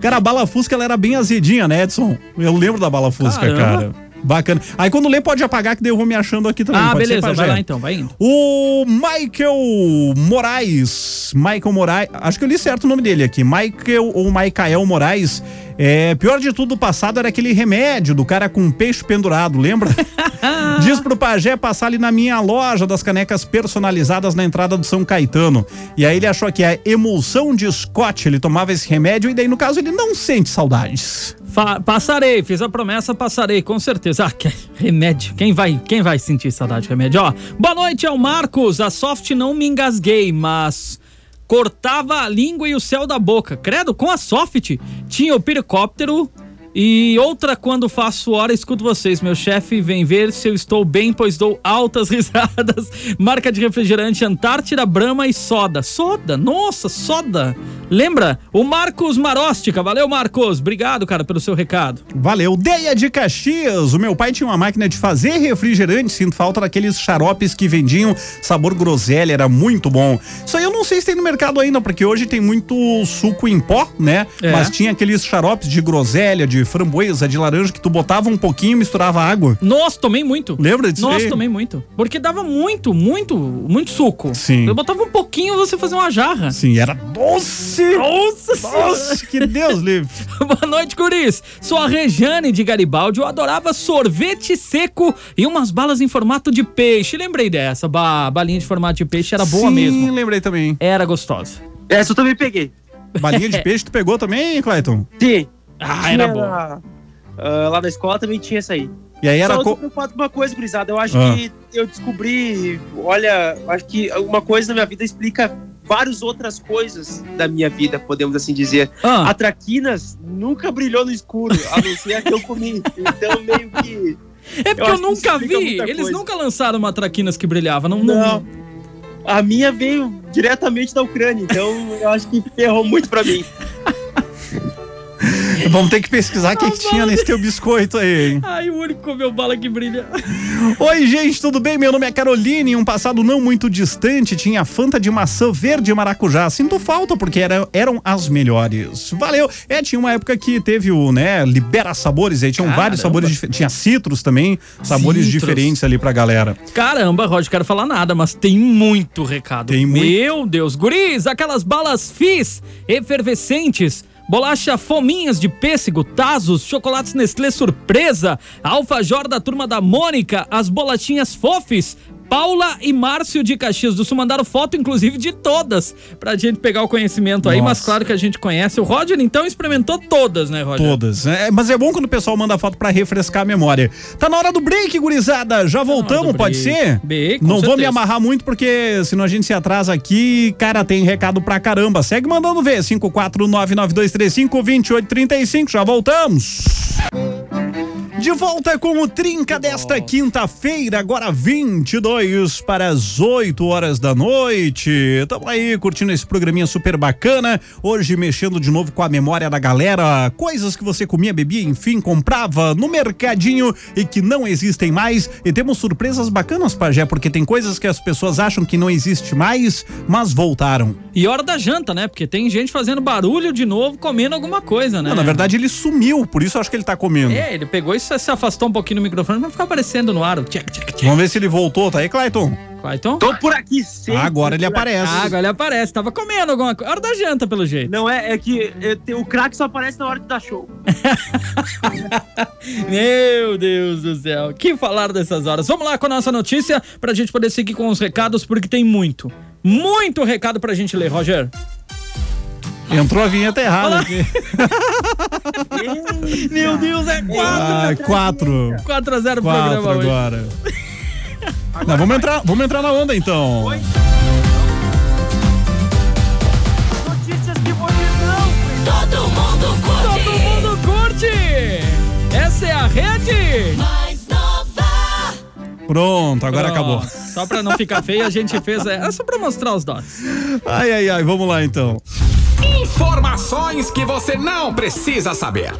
Speaker 1: cara, a bala Fusca ela era bem azedinha, né, Edson? Eu lembro da bala Fusca,
Speaker 2: Caramba.
Speaker 1: cara. Bacana. Aí quando lê, pode apagar, que daí eu vou me achando aqui também.
Speaker 2: Ah,
Speaker 1: Pode ser,
Speaker 2: beleza. Vai
Speaker 1: Pajé?
Speaker 2: lá então, vai indo.
Speaker 1: O Michael Moraes. Michael Moraes. Acho que eu li certo o nome dele aqui. Michael ou Michael Moraes. É, pior de tudo do passado era aquele remédio do cara com peixe pendurado, lembra? Diz pro pajé passar ali na minha loja das canecas personalizadas na entrada do São Caetano. E aí ele achou que a emulsão de Scott, ele tomava esse remédio e daí no caso ele não sente saudades.
Speaker 2: Fa- passarei, fiz a promessa, passarei, com certeza. Ah, que remédio. Quem vai, quem vai sentir saudade de remédio? Ó, boa noite, é o Marcos. A soft não me engasguei, mas cortava a língua e o céu da boca. Credo, com a soft tinha o piricóptero e outra quando faço hora escuto vocês. Meu chefe vem ver se eu estou bem, pois dou altas risadas. Marca de refrigerante Antártida, Brahma e Soda. Soda, nossa, Soda. Lembra? O Marcos Marostica. Valeu, Marcos. Obrigado, cara, pelo seu recado.
Speaker 1: Valeu. Deia de Caxias. O meu pai tinha uma máquina de fazer refrigerante. Sinto falta daqueles xaropes que vendiam sabor groselha. Era muito bom. Isso aí eu não sei se tem no mercado ainda, porque hoje tem muito suco em pó, né?
Speaker 2: É.
Speaker 1: Mas tinha aqueles xaropes de groselha, de framboesa, de laranja, que tu botava um pouquinho e misturava água.
Speaker 2: Nós tomei muito.
Speaker 1: Lembra disso
Speaker 2: Nós
Speaker 1: aí?
Speaker 2: tomei muito. Porque dava muito, muito, muito suco.
Speaker 1: Sim.
Speaker 2: Eu botava um pouquinho você fazia uma jarra.
Speaker 1: Sim, era doce.
Speaker 2: Nossa Senhora.
Speaker 1: Nossa, que Deus livre.
Speaker 2: Boa noite, guris. Sou a Rejane de Garibaldi. Eu adorava sorvete seco e umas balas em formato de peixe. Lembrei dessa. Bah, balinha de formato de peixe era boa
Speaker 1: Sim,
Speaker 2: mesmo.
Speaker 1: lembrei também.
Speaker 2: Era gostosa.
Speaker 3: Essa eu também peguei.
Speaker 1: Balinha de peixe tu pegou também, Clayton?
Speaker 3: Sim.
Speaker 2: Ah, era
Speaker 3: Tinha
Speaker 2: boa.
Speaker 3: na- ah, lá na escola também tinha essa aí.
Speaker 1: E aí era...
Speaker 3: Só eu tô
Speaker 1: Co...
Speaker 3: preocupado com uma coisa, gurizada. Eu acho
Speaker 1: Ah.
Speaker 3: que eu descobri, olha, eu acho que alguma coisa na minha vida explica várias outras coisas da minha vida, podemos assim dizer.
Speaker 2: Ah,
Speaker 3: A traquinas nunca brilhou no escuro, a não ser a que eu comi. Então meio que
Speaker 2: é porque eu,
Speaker 3: eu acho que isso
Speaker 2: nunca
Speaker 3: explica
Speaker 2: vi.
Speaker 3: muita
Speaker 2: Eles
Speaker 3: coisa.
Speaker 2: nunca lançaram uma traquinas que brilhava. Não, não.
Speaker 3: não. A minha veio diretamente da Ucrânia, então eu acho que ferrou muito pra mim.
Speaker 1: Vamos ter que pesquisar o que, que tinha nesse teu biscoito aí, hein?
Speaker 2: Ai, o único comeu bala que brilha.
Speaker 1: Oi, gente, tudo bem? Meu nome é Caroline. Em um passado não muito distante, tinha Fanta de maçã verde e maracujá. Sinto falta, porque era- eram as melhores. Valeu! É, tinha uma época que teve o, né, Libera Sabores, aí tinham
Speaker 2: Caramba.
Speaker 1: vários sabores diferentes. Tinha citros também, sabores
Speaker 2: Citros.
Speaker 1: diferentes ali pra galera.
Speaker 2: Caramba, Roger, quero falar nada, mas tem muito recado.
Speaker 1: Tem muito.
Speaker 2: Meu Deus, guris, aquelas balas fizz, efervescentes, bolacha fominhas de pêssego, tazos, chocolates Nestlé surpresa, alfajor da turma da Mônica, as bolachinhas fofes, Paula e Márcio de Caxias do Sul mandaram foto, inclusive, de todas, pra gente pegar o conhecimento aí, mas
Speaker 1: Nossa.
Speaker 2: claro que a gente conhece. O Roger, então, experimentou todas, né, Roger?
Speaker 1: Todas. É, mas é bom quando o pessoal manda foto pra refrescar a memória. Tá na hora do break, gurizada. Já voltamos,
Speaker 2: Tá do
Speaker 1: pode
Speaker 2: break.
Speaker 1: ser?
Speaker 2: Be- com
Speaker 1: Não vou me
Speaker 2: certeza.
Speaker 1: amarrar muito, porque senão a gente se atrasa aqui. Cara, tem recado pra caramba. Segue mandando ver. 54992352835. Já voltamos. De volta com o Trinca desta quinta-feira, agora 22 para as 8 horas da noite. Tamo aí curtindo esse programinha super bacana. Hoje mexendo de novo com a memória da galera, coisas que você comia, bebia, enfim, comprava no mercadinho e que não existem mais. E temos surpresas bacanas, Pajé, porque tem coisas que as pessoas acham que não existe mais, mas voltaram.
Speaker 2: E hora da janta, né? Porque tem gente fazendo barulho de novo, comendo alguma coisa, né?
Speaker 1: Não, na verdade, ele sumiu, por isso eu acho que ele tá comendo.
Speaker 2: É, ele pegou e se se afastou um pouquinho do microfone pra não ficar aparecendo no ar. o Tchac, Ah, então, tchac, tchac.
Speaker 1: Vamos ver se ele voltou, tá aí, Clayton?
Speaker 2: Python?
Speaker 3: Tô por aqui sempre.
Speaker 1: Agora ele
Speaker 3: por aqui.
Speaker 1: aparece.
Speaker 2: Ah, agora ele aparece. Tava comendo alguma coisa. Hora da janta, pelo jeito.
Speaker 3: Não é, é que é, tem- o craque só aparece na hora de dar show.
Speaker 2: Meu Deus do céu, que falar dessas horas. Vamos lá com a nossa notícia pra gente poder seguir com os recados, porque tem muito, muito recado pra gente ler, Roger.
Speaker 1: Entrou a vinheta errada. aqui.
Speaker 2: Meu Deus, é 4
Speaker 1: Ah, quatro.
Speaker 2: 4 a 0 pro
Speaker 1: Quatro
Speaker 2: programa hoje.
Speaker 1: agora. Não, vamos, entrar, vamos entrar na onda então.
Speaker 3: Notícias que você
Speaker 5: Todo mundo curte.
Speaker 2: Todo mundo curte! Essa é a rede!
Speaker 5: Mais nova.
Speaker 1: Pronto, agora
Speaker 2: Pronto.
Speaker 1: acabou.
Speaker 2: Só pra não ficar feio, a gente fez. É só pra mostrar os dots.
Speaker 1: Ai, ai, ai, vamos lá então.
Speaker 6: Informações que você não precisa saber.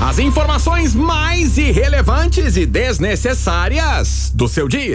Speaker 6: As informações mais irrelevantes e desnecessárias do seu dia.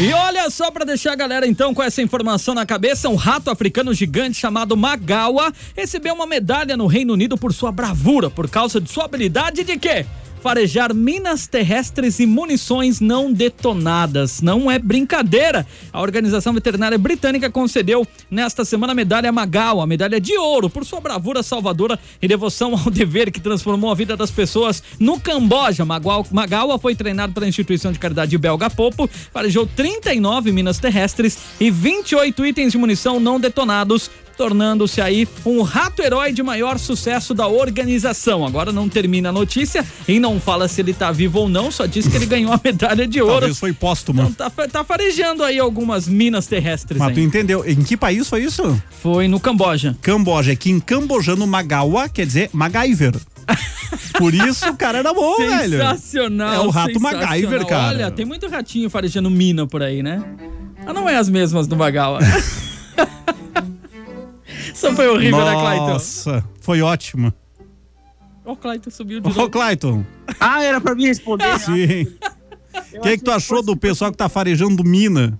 Speaker 2: E olha só pra deixar a galera então com essa informação na cabeça, um rato africano gigante chamado Magawa recebeu uma medalha no Reino Unido por sua bravura por causa de sua habilidade de quê? Farejar minas terrestres e munições não detonadas. Não é brincadeira. A Organização Veterinária Britânica concedeu nesta semana a medalha Magawa, a medalha de ouro, por sua bravura salvadora e devoção ao dever que transformou a vida das pessoas no Camboja. Magual- Magawa foi treinado pela instituição de caridade belga Popo, farejou 39 minas terrestres e 28 itens de munição não detonados, tornando-se aí um rato herói de maior sucesso da organização. Agora não termina a notícia e não fala se ele tá vivo ou não, só diz que ele ganhou a medalha de ouro.
Speaker 1: Talvez foi póstumo.
Speaker 2: Então tá, fa- tá farejando aí algumas minas terrestres
Speaker 1: Mas tu
Speaker 2: ainda.
Speaker 1: entendeu? Em que país foi isso?
Speaker 2: Foi no Camboja.
Speaker 1: Camboja. É que em cambojano Magawa quer dizer MacGyver. Por isso o cara era bom, velho.
Speaker 2: Sensacional.
Speaker 1: É o rato
Speaker 2: sensacional.
Speaker 1: MacGyver, cara.
Speaker 2: Olha, tem muito ratinho farejando mina por aí, né? Ah, não é as mesmas do Magawa. Isso foi horrível, né, Clayton?
Speaker 1: Nossa, foi ótimo.
Speaker 2: Ó, o Clayton subiu de
Speaker 1: Ô,
Speaker 2: novo.
Speaker 1: Clayton,
Speaker 3: não. Ah, era pra mim responder.
Speaker 1: sim. O que, é que tu achou do pessoal que tá farejando mina?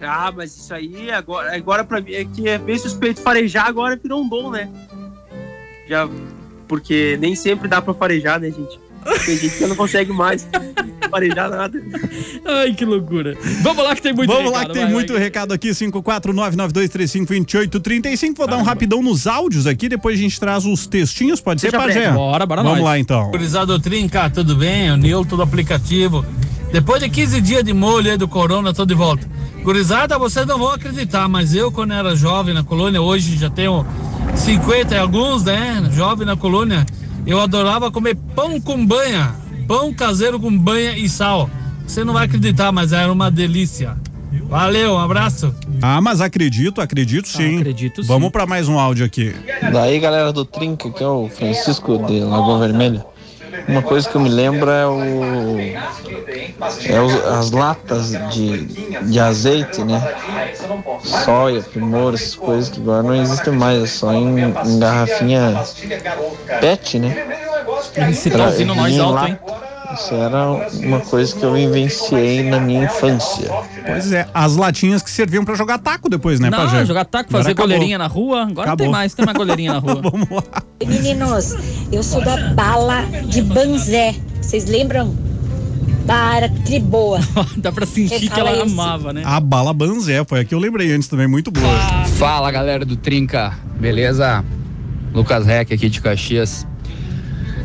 Speaker 3: Ah, mas isso aí agora, agora pra mim é que é bem suspeito farejar agora virou um dom, né? Já. Porque nem sempre dá pra farejar, né, gente? Tem gente que não consegue mais farejar nada.
Speaker 2: Ai, que loucura. Vamos lá que tem muito
Speaker 1: Vamos lá
Speaker 2: recado,
Speaker 1: que tem
Speaker 2: vai,
Speaker 1: muito
Speaker 2: vai.
Speaker 1: recado aqui, 54992352835. Vou dar um rapidão nos áudios aqui, depois a gente traz os textinhos, pode ser,
Speaker 3: Seja
Speaker 1: Pajé?
Speaker 3: breve.
Speaker 2: Bora, bora
Speaker 1: Vamos
Speaker 2: nós.
Speaker 1: lá então.
Speaker 7: Gurizado Trinca, tudo bem? O Nilton do aplicativo. Depois de 15 dias de molho aí do corona, tô de volta. Gurizada, vocês não vão acreditar, mas eu quando era jovem na colônia, hoje já tenho 50 e alguns, né? Jovem na colônia, eu adorava comer pão com banha. Pão caseiro com banha e sal. Você não vai acreditar, mas era uma delícia. Valeu, um abraço.
Speaker 1: Ah, mas acredito, acredito sim.
Speaker 2: Ah, acredito sim.
Speaker 1: Vamos pra mais um áudio aqui.
Speaker 8: Daí, galera do Trinca, que é o Francisco de Lagoa Vermelha. Uma coisa que eu me lembro é o. É os- as latas de, de azeite, né? Soia, primor, essas coisas que agora não existem mais, é só em, em garrafinha PET, né?
Speaker 2: Você tá ouvindo nós
Speaker 8: Em
Speaker 2: alto,
Speaker 8: lata.
Speaker 2: hein?
Speaker 8: Isso era uma coisa que eu vivenciei na minha infância.
Speaker 1: Pois é, as latinhas que serviam pra jogar taco depois, né,
Speaker 2: Não,
Speaker 1: Pajé?
Speaker 2: jogar taco,
Speaker 1: Agora
Speaker 2: fazer
Speaker 1: acabou.
Speaker 2: goleirinha na rua. Agora não tem
Speaker 1: Acabou.
Speaker 2: mais, tem mais goleirinha na rua.
Speaker 1: Vamos lá.
Speaker 9: Meninos, eu sou da bala de Banzé. Vocês lembram? Para Triboa.
Speaker 2: Dá pra sentir que
Speaker 9: Fala
Speaker 2: ela
Speaker 9: isso.
Speaker 2: amava, né?
Speaker 1: A bala banzé, foi a que eu lembrei antes também, muito boa.
Speaker 10: Fala galera do Trinca, beleza? Lucas Rec aqui de Caxias.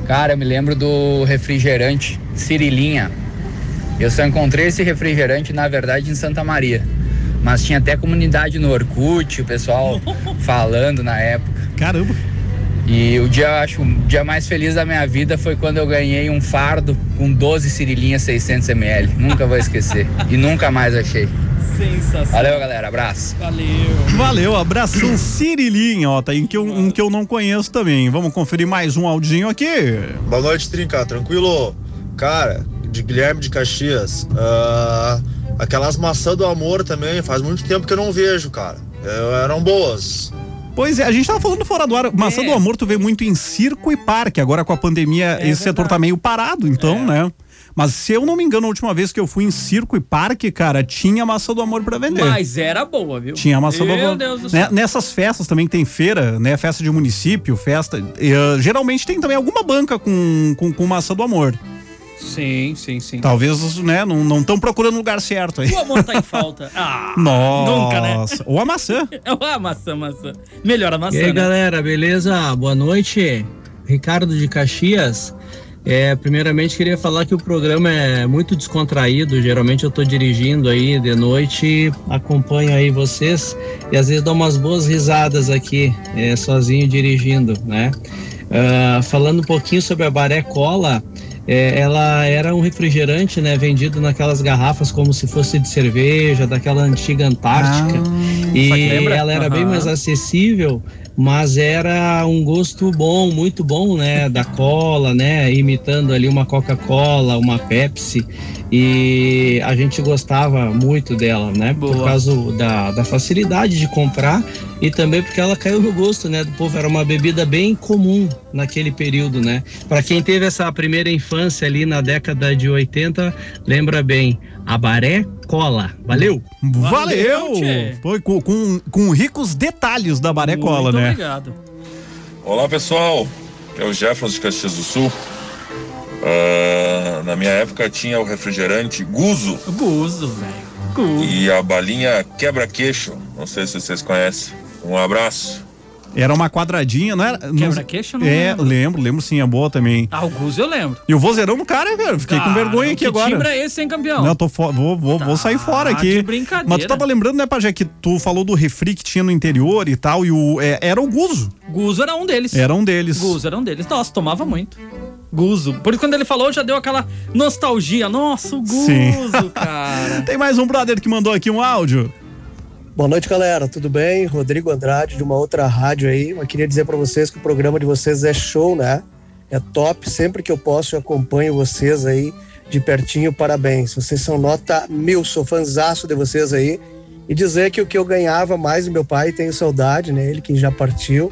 Speaker 10: Cara, eu me lembro do refrigerante Cirilinha. Eu só encontrei esse refrigerante, na verdade, em Santa Maria. Mas tinha até comunidade no Orkut, o pessoal falando na época.
Speaker 1: Caramba.
Speaker 10: E o dia, acho, o dia mais feliz da minha vida foi quando eu ganhei um fardo com 12 Cirilinhas 600ml. Nunca vou esquecer. e nunca mais achei.
Speaker 2: Sensacional.
Speaker 10: Valeu, galera. Abraço.
Speaker 2: Valeu.
Speaker 1: Valeu, abração Cirilinha, ó, tá aí um que, eu, um que eu não conheço também. Vamos conferir mais um áudiozinho aqui.
Speaker 4: Boa noite, Trinca. Tranquilo? Cara, de Guilherme de Caxias. ah, aquelas maçã do amor também, faz muito tempo que eu não vejo, cara. Eu- eram boas.
Speaker 1: Pois é, a gente tava falando fora do ar, maçã
Speaker 2: É.
Speaker 1: do amor tu vê muito em circo e parque, agora com a pandemia esse setor tá meio parado, então,
Speaker 2: É.
Speaker 1: né? Mas se eu não me engano, a última vez que eu fui em circo e parque, cara, tinha maçã do amor pra vender.
Speaker 2: Mas era boa, viu?
Speaker 1: Tinha maçã do
Speaker 2: Meu
Speaker 1: amor.
Speaker 2: Deus do
Speaker 1: Né,
Speaker 2: céu.
Speaker 1: Nessas festas também que tem feira, né? Festa de ah, município, festa. eh, geralmente tem também alguma banca com, com, com maçã do amor.
Speaker 2: Sim, sim, sim.
Speaker 1: Talvez, né, não estão procurando o lugar certo aí.
Speaker 2: O amor tá em falta. Ah,
Speaker 1: Nossa.
Speaker 2: nunca, né?
Speaker 1: Ou a maçã.
Speaker 2: Ah, maçã, maçã. Melhor a maçã.
Speaker 10: E aí,
Speaker 2: né?
Speaker 10: galera, beleza? Boa noite. Ricardo de Caxias. É, primeiramente, queria falar que o programa é muito descontraído. Geralmente, eu estou dirigindo aí de noite, acompanho aí vocês e às vezes dou umas boas risadas aqui, é, sozinho dirigindo, né? Ah, falando um pouquinho sobre a Baré Cola, é, ela era um refrigerante, né? Vendido naquelas garrafas como se fosse de cerveja, daquela antiga Antártica. e
Speaker 11: lembra?
Speaker 10: ela era bem
Speaker 11: Aham.
Speaker 10: mais assim. acessível, mas era um gosto bom, muito bom, né? Da cola, né? Imitando ali uma Coca-Cola, uma Pepsi. E a gente gostava muito dela, né? Por causa da, da facilidade de comprar e também porque ela caiu no gosto, né? Do povo. Era uma bebida bem comum naquele período, né? Para quem teve essa primeira infância ali na década de 80, lembra bem. A baré cola. Valeu!
Speaker 1: Valeu! Foi com, com, com ricos detalhes da Barecola, né?
Speaker 2: obrigado.
Speaker 6: Olá pessoal, é o Jefferson de Caxias do Sul. Ah, na minha época tinha o refrigerante Guzo
Speaker 2: Guzo, velho. Guzo.
Speaker 6: e a balinha quebra-queixo. Não sei se vocês conhecem. Um abraço.
Speaker 1: Era uma quadradinha, não era?
Speaker 2: Quebra-queixo, não
Speaker 1: É,
Speaker 2: lembro.
Speaker 1: lembro. lembro, sim, é boa também.
Speaker 2: Ah, o Guzo eu lembro.
Speaker 1: E o vozeirão no cara, cara, fiquei com
Speaker 2: Cara,
Speaker 1: vergonha aqui
Speaker 2: que
Speaker 1: agora.
Speaker 2: timbre é esse, hein, campeão?
Speaker 1: Não, eu tô fo- vou, vou, vou sair fora aqui.
Speaker 2: Tá, que brincadeira.
Speaker 1: Mas tu tava lembrando, né, Pajé, que tu falou do refri que tinha no interior e tal, e o. é, era o Guzo.
Speaker 2: Guzo era um deles.
Speaker 1: Era um deles.
Speaker 2: Guzo era um deles. Nossa, tomava muito. Guzo. Por isso, quando ele falou, já deu aquela nostalgia. Nossa, o Guzo,
Speaker 1: Sim.
Speaker 2: cara.
Speaker 1: Tem mais um brother que mandou aqui um áudio.
Speaker 12: Boa noite, galera. Tudo bem? Rodrigo Andrade, de uma outra rádio aí. Eu queria dizer pra vocês que o programa de vocês é show, né? É top. Sempre que eu posso, eu acompanho vocês aí de pertinho. Parabéns. Vocês são nota mil. Sou fanzaço de vocês aí. E dizer que o que eu ganhava mais do meu pai, tenho saudade, né? Ele que já partiu.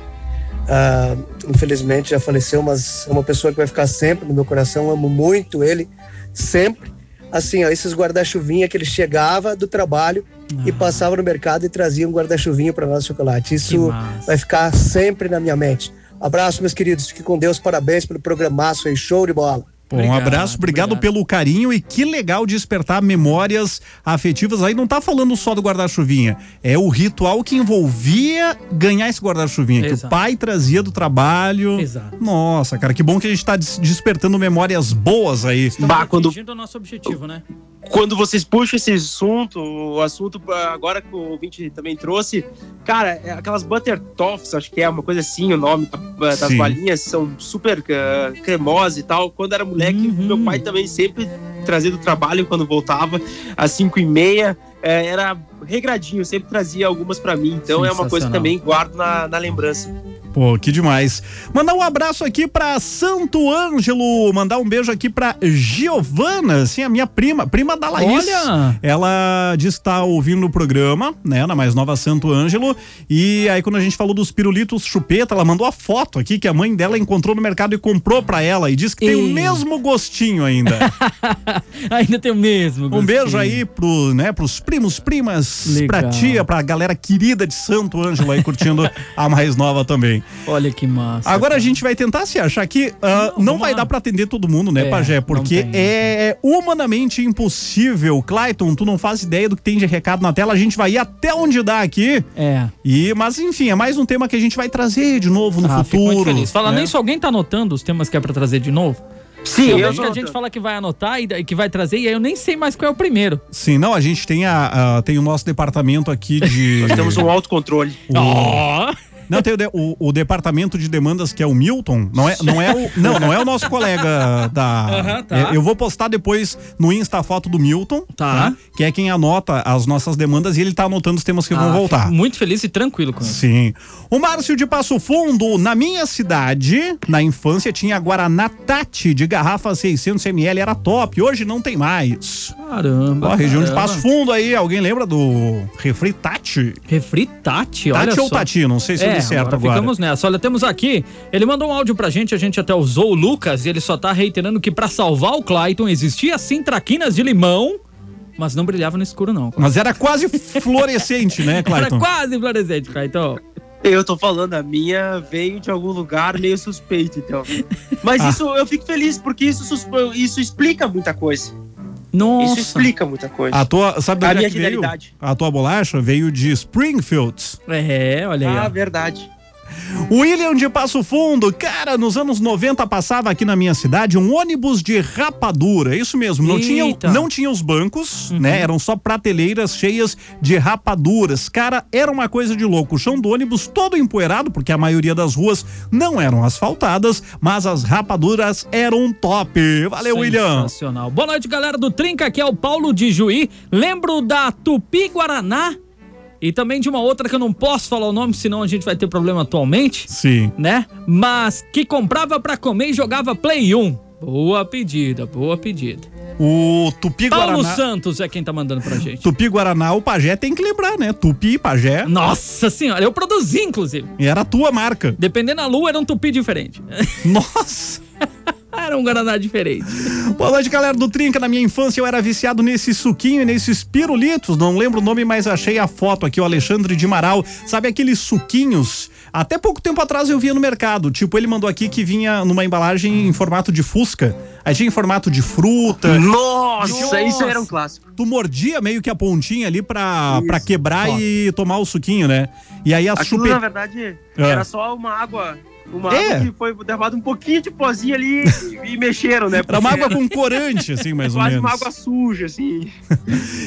Speaker 12: Ah, infelizmente já faleceu, mas é uma pessoa que vai ficar sempre no meu coração. Amo muito ele, sempre. Assim, ó, esses guarda-chuvinha que ele chegava do trabalho
Speaker 2: Ah,
Speaker 3: Ah.
Speaker 12: e passava no mercado e trazia um guarda-chuvinho para nós de chocolate. Isso vai ficar sempre na minha mente. Abraço, meus queridos. Fique com Deus. Parabéns pelo programaço aí. Show de bola.
Speaker 1: Pô, um abraço, obrigado, pelo carinho e que legal despertar memórias afetivas. Aí não tá falando só do guarda-chuvinha, é o ritual que envolvia ganhar esse guarda-chuvinha, que o
Speaker 2: Exato.
Speaker 1: pai trazia do trabalho. Exato. Nossa, cara, que bom que a gente tá des- despertando memórias boas aí.
Speaker 2: Atingindo o nosso objetivo, né?
Speaker 3: quando vocês puxam esse assunto, o assunto ah, agora que o ouvinte também trouxe, cara, é aquelas Butter Toffs, acho que é uma coisa assim o nome ah, das
Speaker 13: Sim.
Speaker 3: balinhas, são super ah, cremosas e tal. Quando era moleque, meu pai também sempre trazia do trabalho quando voltava, às 5 e meia, eh, era regradinho, sempre trazia algumas pra mim. Então é uma coisa que
Speaker 1: Sensacional.
Speaker 3: também guardo na, na lembrança.
Speaker 1: Pô, que demais. Mandar um abraço aqui pra Santo Ângelo, mandar um beijo aqui pra Giovana, assim, a minha prima, prima da Laís.
Speaker 2: Olha!
Speaker 1: Ela diz que tá ouvindo o programa, né, na mais nova Santo Ângelo, e aí quando a gente falou dos pirulitos chupeta, ela mandou a foto aqui que a mãe dela encontrou no mercado e comprou pra ela e diz que tem o
Speaker 2: Ih.
Speaker 1: mesmo gostinho ainda.
Speaker 2: Ainda tem o mesmo.
Speaker 1: Um beijo
Speaker 2: gostinho.
Speaker 1: aí pro, né, pros primos, primas,
Speaker 2: Legal.
Speaker 1: pra tia, pra galera querida de Santo Ângelo aí curtindo a mais nova também.
Speaker 2: Olha que massa.
Speaker 1: Agora a gente vai tentar se achar que ah, não, vai dar pra atender todo mundo, né,
Speaker 2: É,
Speaker 1: Pajé?
Speaker 2: não
Speaker 1: Porque
Speaker 2: tem.
Speaker 1: é humanamente impossível. Clayton, tu não faz ideia do que tem de recado na tela. A gente vai ir até onde dá aqui.
Speaker 2: É.
Speaker 1: E, mas enfim, é mais um tema que a gente vai trazer de novo no
Speaker 2: Ah, fico muito
Speaker 1: futuro.
Speaker 2: feliz. Fala
Speaker 1: né?
Speaker 2: nem se alguém tá anotando os temas que é pra trazer de novo.
Speaker 1: Sim,
Speaker 2: eu
Speaker 1: eu
Speaker 2: vejo que a
Speaker 1: anoto.
Speaker 2: gente fala que vai anotar e daí que vai trazer, e aí eu nem sei mais qual é o primeiro.
Speaker 1: Sim, não, a gente tem, a, a- tem o nosso departamento aqui de.
Speaker 3: Nós temos um autocontrole.
Speaker 2: Ah,
Speaker 1: Ó! Não, tem o, de- o- o departamento de demandas que é o Milton. Não é, não é, o, não, não é o nosso colega da.
Speaker 2: Aham, tá.
Speaker 1: É, eu vou postar depois no Insta a foto do Milton, tá. que é quem anota as nossas demandas e ele tá anotando os temas que vão
Speaker 2: Ah,
Speaker 1: voltar.
Speaker 2: fico Muito feliz e tranquilo com isso.
Speaker 1: Sim. O Márcio de Passo Fundo, na minha cidade, na infância, tinha Guaraná Tati de garrafa 600ml, era top. Hoje não tem mais.
Speaker 2: Caramba.
Speaker 1: Ó, região de
Speaker 2: caramba.
Speaker 1: Passo Fundo aí, alguém lembra do refri Tati?
Speaker 2: Refri Tati, olha
Speaker 1: Tati ou
Speaker 2: só.
Speaker 1: Tati, não sei se eu
Speaker 2: é,
Speaker 1: disse certo
Speaker 2: agora
Speaker 1: agora.
Speaker 2: Ficamos nessa. Olha, temos aqui, ele mandou um áudio pra gente, a gente até usou o Lucas, e ele só tá reiterando que pra salvar o Clayton existia sim traquinas de limão, mas não brilhava no escuro não.
Speaker 1: Mas era quase fluorescente, né,
Speaker 2: Era
Speaker 1: Clayton?
Speaker 2: quase fluorescente, Clayton.
Speaker 3: Eu tô falando, a minha veio de algum lugar meio suspeito, então. Mas
Speaker 2: Ah.
Speaker 3: isso eu fico feliz, porque isso, sus- isso explica muita coisa.
Speaker 2: Nossa.
Speaker 3: Isso explica muita coisa.
Speaker 1: A tua, sabe
Speaker 3: A
Speaker 1: da
Speaker 3: minha
Speaker 1: que veio?
Speaker 3: genialidade.
Speaker 1: A tua bolacha veio de Springfields.
Speaker 2: É, olha
Speaker 3: Ah, verdade.
Speaker 1: William de Passo Fundo, cara, nos anos 90 passava aqui na minha cidade um ônibus de rapadura, é isso mesmo, não tinha,
Speaker 2: Eita.
Speaker 1: não tinha os bancos, né, eram só prateleiras cheias de rapaduras, cara, era uma coisa de louco, o chão do ônibus todo empoeirado, porque a maioria das ruas não eram asfaltadas, mas as rapaduras eram top, valeu William.
Speaker 2: Sensacional. Boa noite, galera do Trinca. Aqui é o Paulo de Juí. Lembro da Tupi Guaraná e também de uma outra que eu não posso falar o nome, senão a gente vai ter problema atualmente,
Speaker 1: Sim.
Speaker 2: né? Mas que comprava pra comer e jogava Play 1. Boa pedida, boa pedida.
Speaker 1: O Tupi
Speaker 2: Paulo
Speaker 1: Guaraná.
Speaker 2: Santos é quem tá mandando pra gente.
Speaker 1: Tupi Guaraná, o Pajé tem que lembrar, né? Tupi e Pajé.
Speaker 2: Nossa senhora, eu produzi, inclusive.
Speaker 1: E era a tua marca.
Speaker 2: Dependendo da lua, era um tupi diferente.
Speaker 1: Nossa!
Speaker 2: era um Guaraná diferente.
Speaker 1: Boa noite, galera do Trinca. Na minha infância eu era viciado nesse suquinho e nesses pirulitos. Não lembro o nome, mas achei a foto aqui, o Alexandre de Maral. Sabe aqueles suquinhos? Até pouco tempo atrás eu via no mercado. Tipo, ele mandou aqui que vinha numa embalagem em formato de fusca. Aí tinha em formato de fruta.
Speaker 3: Nossa, isso era um
Speaker 1: Nossa.
Speaker 3: clássico.
Speaker 1: Tu mordia meio que a pontinha ali pra, pra quebrar e tomar o suquinho, né? E aí as
Speaker 3: Aquilo,
Speaker 1: chupe...
Speaker 3: na verdade,
Speaker 1: Ah.
Speaker 3: era só uma água. Uma
Speaker 1: É.
Speaker 3: água que foi derramada um pouquinho de pozinho ali e, e mexeram, né?
Speaker 1: Era uma
Speaker 3: Porque
Speaker 1: água com corante, assim, mais ou
Speaker 3: Quase
Speaker 1: menos.
Speaker 3: uma água suja, assim.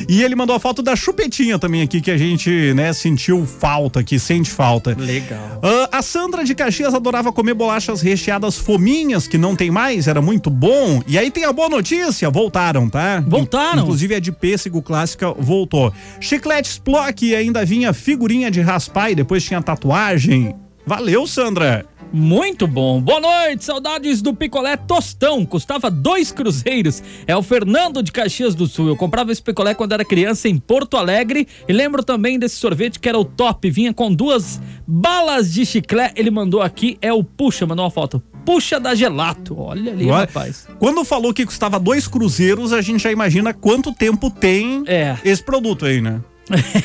Speaker 1: E ele mandou a foto da chupetinha também aqui, que a gente, né, sentiu falta aqui, sente falta.
Speaker 2: Legal.
Speaker 1: Ah, a Sandra de Caxias adorava comer bolachas recheadas fominhas, que não tem mais, era muito bom. E aí tem a boa notícia, voltaram, tá?
Speaker 2: Voltaram?
Speaker 1: Inclusive a de pêssego clássica voltou. Chicletes Plock ainda vinha figurinha de raspar e depois tinha tatuagem. Valeu, Sandra!
Speaker 2: Muito bom. Boa noite, saudades do picolé tostão. Custava dois cruzeiros. É o Fernando de Caxias do Sul. Eu comprava esse picolé quando era criança em Porto Alegre. E lembro também desse sorvete que era o top. Vinha com duas balas de chiclete. Ele mandou aqui, é o Puxa, mandou uma foto. Puxa da gelato. Olha ali,
Speaker 1: Olha.
Speaker 2: rapaz.
Speaker 1: Quando falou que custava dois cruzeiros, a gente já imagina quanto tempo tem
Speaker 2: É.
Speaker 1: esse produto aí, né?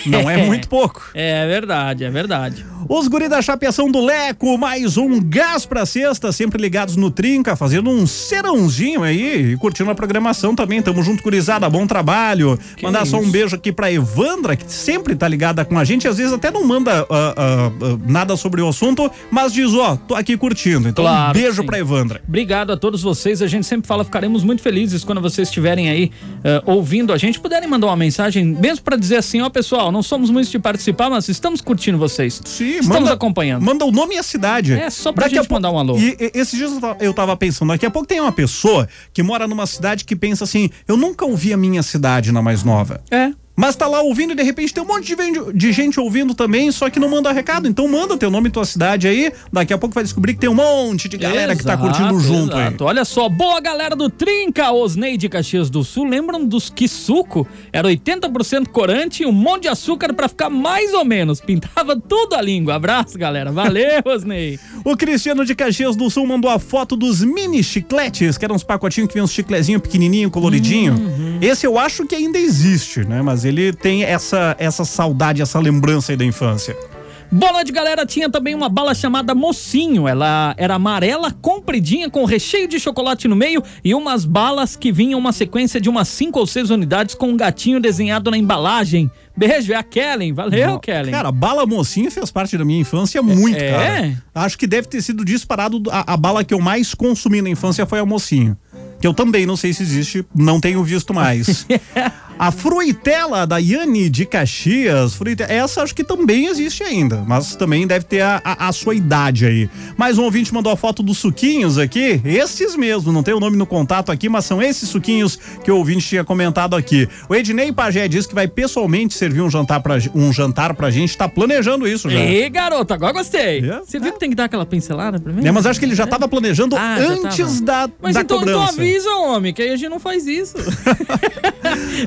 Speaker 1: Não é muito pouco.
Speaker 2: É verdade, é verdade.
Speaker 1: Os guri da chapeação do Leco, mais um gás pra sexta, sempre ligados no Trinca, fazendo um serãozinho aí e curtindo a programação também. Tamo junto, gurizada, bom trabalho. Mandar só um beijo aqui pra Evandra, que sempre tá ligada com a gente, às vezes até não manda ah, ah, ah, nada sobre o assunto, mas diz, ó, tô aqui curtindo. Então um
Speaker 2: Claro que
Speaker 1: beijo
Speaker 2: sim.
Speaker 1: pra Evandra.
Speaker 2: Obrigado a todos vocês. A gente sempre fala, ficaremos muito felizes quando vocês estiverem aí eh, ouvindo a gente. Puderem mandar uma mensagem, mesmo pra dizer assim: ó, pessoal, não somos muitos de participar, mas estamos curtindo vocês.
Speaker 1: Sim,
Speaker 2: estamos
Speaker 1: manda-
Speaker 2: acompanhando.
Speaker 1: Manda o nome e a cidade.
Speaker 2: É, só pra
Speaker 1: a
Speaker 2: gente mandar um alô.
Speaker 1: E, e- esses dias eu ta- eu tava pensando, daqui a pouco tem uma pessoa que mora numa cidade que pensa assim, eu nunca ouvi a minha cidade na mais nova.
Speaker 2: É.
Speaker 1: Mas tá lá ouvindo e de repente tem um monte de, ven- de gente ouvindo também, só que não manda recado. Então manda teu nome e tua cidade aí. Daqui a pouco vai descobrir que tem um monte de galera que tá
Speaker 2: Exato,
Speaker 1: curtindo junto aí.
Speaker 2: exato. Olha só, boa galera do Trinca, Osnei de Caxias do Sul. Lembram dos que suco? Era 80% corante e um monte de açúcar pra ficar mais ou menos. Pintava tudo a língua. Abraço, galera. Valeu, Osnei.
Speaker 1: O Cristiano de Caxias do Sul mandou a foto dos mini chicletes, que eram uns pacotinhos que vinham uns chiclezinhos pequenininho, coloridinho.
Speaker 2: Uhum.
Speaker 1: Esse eu acho que ainda existe, né? Mas ele tem essa, essa saudade, essa lembrança aí da infância.
Speaker 2: Boa noite, galera. Tinha também uma bala chamada Mocinho. Ela era amarela, compridinha, com recheio de chocolate no meio e umas balas que vinham uma sequência de umas 5 ou 6 unidades com um gatinho desenhado na embalagem. Beijo, é a Kellen. Valeu,
Speaker 1: Não,
Speaker 2: Kellen.
Speaker 1: Cara, bala mocinho fez parte da minha infância muito,
Speaker 2: É?
Speaker 1: cara. Acho que deve ter sido disparado a, a bala que eu mais consumi na infância foi a mocinho. Que eu também não sei se existe, não tenho visto mais. a fruitela da Yane de Caxias, fruite- essa acho que também existe ainda, mas também deve ter a, a- a sua idade aí. Mais um ouvinte mandou a foto dos suquinhos aqui, esses mesmo, não tem o nome no contato aqui, mas são esses suquinhos que o ouvinte tinha comentado aqui. O Ednei Pajé diz que vai pessoalmente servir um jantar pra, ge- um jantar pra gente, tá planejando isso já.
Speaker 2: Ei, garoto, agora gostei.
Speaker 1: É?
Speaker 2: Você viu que tem que dar aquela pincelada pra mim?
Speaker 1: Né, mas acho que ele já tava planejando
Speaker 2: Ah, já
Speaker 1: antes
Speaker 2: tava.
Speaker 1: da,
Speaker 2: Mas
Speaker 1: da
Speaker 2: então, então
Speaker 1: cobrança.
Speaker 2: avisa, homem, que aí a gente não faz isso.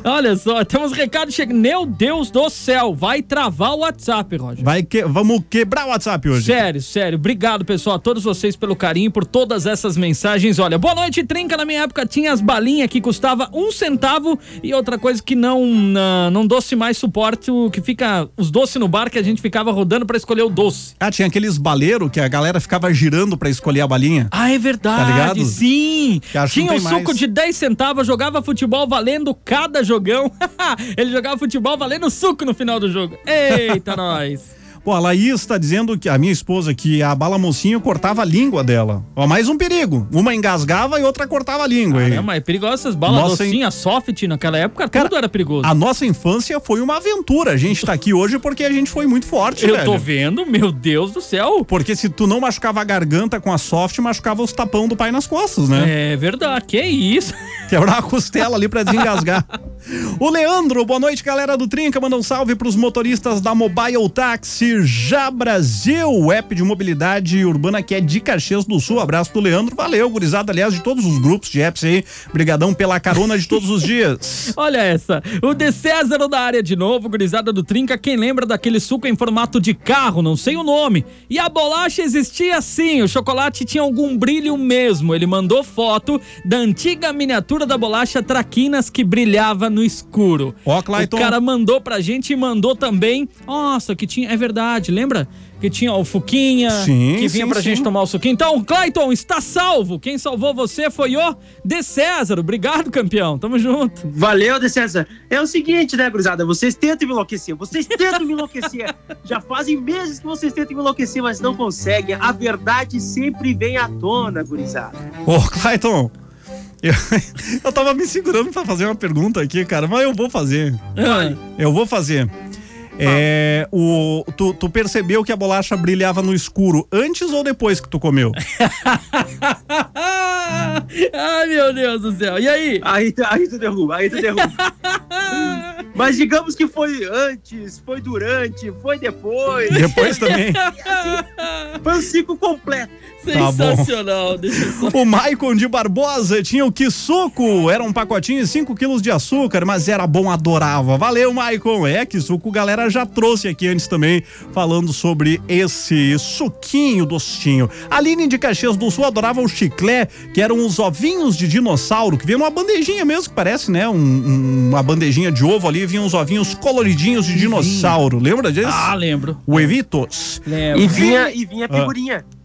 Speaker 2: Olha só, temos recado chegando. Meu Deus do céu, vai travar o WhatsApp, Roger.
Speaker 1: Vai que... Vamos quebrar o WhatsApp hoje.
Speaker 2: Sério, sério. Obrigado, pessoal, a todos vocês pelo carinho, por todas essas mensagens. Olha, boa noite, Trinca. Na minha época tinha as balinhas que custava um centavo e outra coisa que não não, não doce mais suporte, o que fica os doces no bar que a gente ficava rodando pra escolher o doce.
Speaker 1: Ah, tinha aqueles baleiros que a galera ficava girando pra escolher a balinha.
Speaker 2: Ah, é verdade.
Speaker 1: Tá ligado?
Speaker 2: Sim.
Speaker 1: Que acho que não
Speaker 2: Tinha um
Speaker 1: tem mais.
Speaker 2: suco de 10 centavos, jogava futebol valendo cada jogão. Ele jogava futebol valendo suco no final do jogo. Eita, nós.
Speaker 1: Pô, a Laís tá dizendo que a minha esposa que a bala mocinho cortava a língua dela. Ó, mais um perigo. Uma engasgava e outra cortava a língua. hein?
Speaker 2: É, mas é perigoso essas balas
Speaker 1: Nossa, hein?
Speaker 2: docinhas, soft naquela época, tudo era perigoso.
Speaker 1: A nossa infância foi uma aventura. A gente tá aqui hoje porque a gente foi muito forte,
Speaker 2: Eu
Speaker 1: velho.
Speaker 2: tô vendo, meu Deus do céu.
Speaker 1: Porque se tu não machucava a garganta com a soft, machucava os tapão do pai nas costas, né?
Speaker 2: É verdade, que isso.
Speaker 1: Quebrar a costela ali pra desengasgar. o Leandro, boa noite, galera do Trinca. Manda um salve pros motoristas da Mobile Taxi Já Brasil, o app de mobilidade urbana que é de Caxias do Sul. Abraço do Leandro. Valeu, gurizada, aliás, de todos os grupos de apps aí. Brigadão pela carona de todos os dias.
Speaker 2: Olha essa. O De César da área de novo, gurizada do Trinca. Quem lembra daquele suco em formato de carro? Não sei o nome. E a bolacha existia sim. O chocolate tinha algum brilho mesmo. Ele mandou foto da antiga miniatura da bolacha Traquinas que brilhava no escuro.
Speaker 1: Ó, Clayton.
Speaker 2: O cara mandou pra gente e mandou também. Nossa, que tinha. É verdade, lembra? Que tinha o Fuquinha,
Speaker 1: Sim,
Speaker 2: que vinha
Speaker 1: sim,
Speaker 2: pra
Speaker 1: sim.
Speaker 2: gente tomar o suquinho. Então, Clayton, está salvo. Quem salvou você foi o De César. Obrigado, campeão. Tamo junto.
Speaker 3: Valeu, De César. É o seguinte, né, gurizada? Vocês tentam me enlouquecer, vocês tentam me enlouquecer. Já fazem meses que vocês tentam me enlouquecer, mas não conseguem. A verdade sempre vem à tona, gurizada.
Speaker 1: Ô, Clayton, eu, eu tava me segurando pra fazer uma pergunta aqui, cara, mas eu vou fazer. Eu vou fazer. É, o, tu, tu percebeu que a bolacha brilhava no escuro antes ou depois que tu comeu?
Speaker 2: Ai, meu Deus do céu. E aí?
Speaker 3: Aí, tu- aí tu derruba, aí tu derruba. Mas digamos que foi antes, foi durante, foi depois.
Speaker 1: Depois também.
Speaker 3: Foi um ciclo completo.
Speaker 1: Tá bom.
Speaker 2: Sensacional. Deixa eu só...
Speaker 1: O Maicon de Barbosa tinha o que suco? Era um pacotinho e 5 quilos de açúcar, mas era bom, adorava. Valeu, Maicon. É que suco, galera já trouxe aqui antes também, falando sobre esse suquinho docinho. Aline de Caxias do Sul adorava o chiclé, que eram os ovinhos de dinossauro, que vinha numa bandejinha mesmo, que parece, né? Um- um- uma bandejinha de ovo ali, vinham uns ovinhos coloridinhos de dinossauro. Lembra disso?
Speaker 2: Ah, lembro.
Speaker 1: O Evitos.
Speaker 2: Lembro.
Speaker 3: E vinha, e vinha figurinha.
Speaker 1: Ah.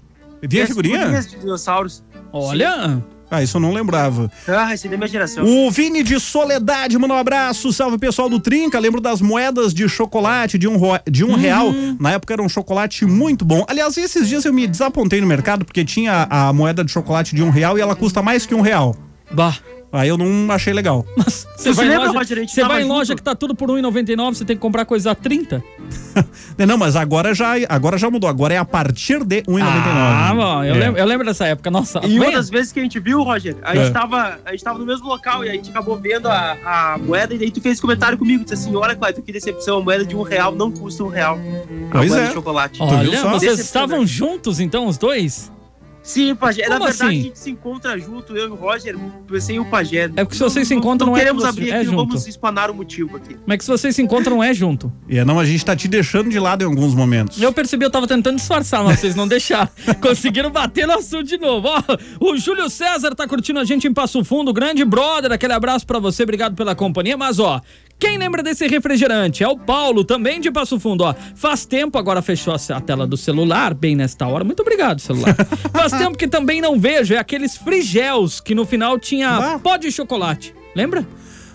Speaker 1: Vinha
Speaker 3: As
Speaker 1: figurinha?
Speaker 3: figurinhas de dinossauros.
Speaker 2: Olha.
Speaker 1: Ah, isso eu não lembrava.
Speaker 3: Ah, esse é da minha geração.
Speaker 1: O Vini de Soledade manda um abraço. Salve pessoal do Trinca. Lembro das moedas de chocolate de um, ro- de um
Speaker 2: Uhum.
Speaker 1: real. Na época era um chocolate muito bom. Aliás, esses dias eu me desapontei no mercado porque tinha a a moeda de chocolate de um real e ela custa mais que um real.
Speaker 2: Bah.
Speaker 1: Aí eu não achei legal.
Speaker 2: Você
Speaker 3: Você
Speaker 2: vai, em
Speaker 3: lembra,
Speaker 2: loja,
Speaker 3: Roger, a gente
Speaker 2: você
Speaker 3: tava
Speaker 2: vai em
Speaker 3: junto?
Speaker 2: loja que tá tudo por R$1,99, você tem que comprar coisa a 30?
Speaker 1: É, Não, mas agora já, agora já mudou. Agora é a partir de 1,99.
Speaker 2: Ah, bom, eu,
Speaker 1: É.
Speaker 2: lembro, eu lembro dessa época. Nossa,
Speaker 3: E uma
Speaker 2: bem-
Speaker 3: das vezes que a gente viu, Roger, a
Speaker 1: É.
Speaker 3: gente, tava, a gente tava no mesmo local e a gente acabou vendo a, a moeda e daí tu fez comentário comigo, disse assim, olha, Clayton, que decepção, a moeda de um real não custa um real. A
Speaker 1: Pois
Speaker 3: moeda
Speaker 1: é.
Speaker 3: de chocolate.
Speaker 2: Olha, vocês
Speaker 3: Decepcionante.
Speaker 2: estavam juntos então, os dois?
Speaker 3: Sim, Pajé. Na
Speaker 2: Como
Speaker 3: verdade,
Speaker 2: assim?
Speaker 3: a gente se encontra junto, eu e o Roger, sem o Pajé.
Speaker 2: É porque se vocês se encontram,
Speaker 3: não
Speaker 2: é
Speaker 3: queremos
Speaker 2: que você-
Speaker 3: abrir
Speaker 2: é
Speaker 3: aqui, não
Speaker 2: junto.
Speaker 3: vamos espanar o motivo aqui.
Speaker 2: Mas que se vocês se encontram, é junto.
Speaker 1: É, não, a gente tá te deixando de lado em alguns momentos.
Speaker 2: Eu percebi, eu tava tentando disfarçar, mas vocês não deixaram. Conseguiram bater no assunto de novo. Ó, o Júlio César tá curtindo a gente em Passo Fundo, grande brother. Aquele abraço pra você, obrigado pela companhia. Mas, ó, quem lembra desse refrigerante? É o Paulo, também de Passo Fundo, ó. Faz tempo, agora fechou a tela do celular, bem nesta hora. Muito obrigado, celular. Faz tempo que também não vejo, é aqueles frigels que no final tinha pó de chocolate. Lembra?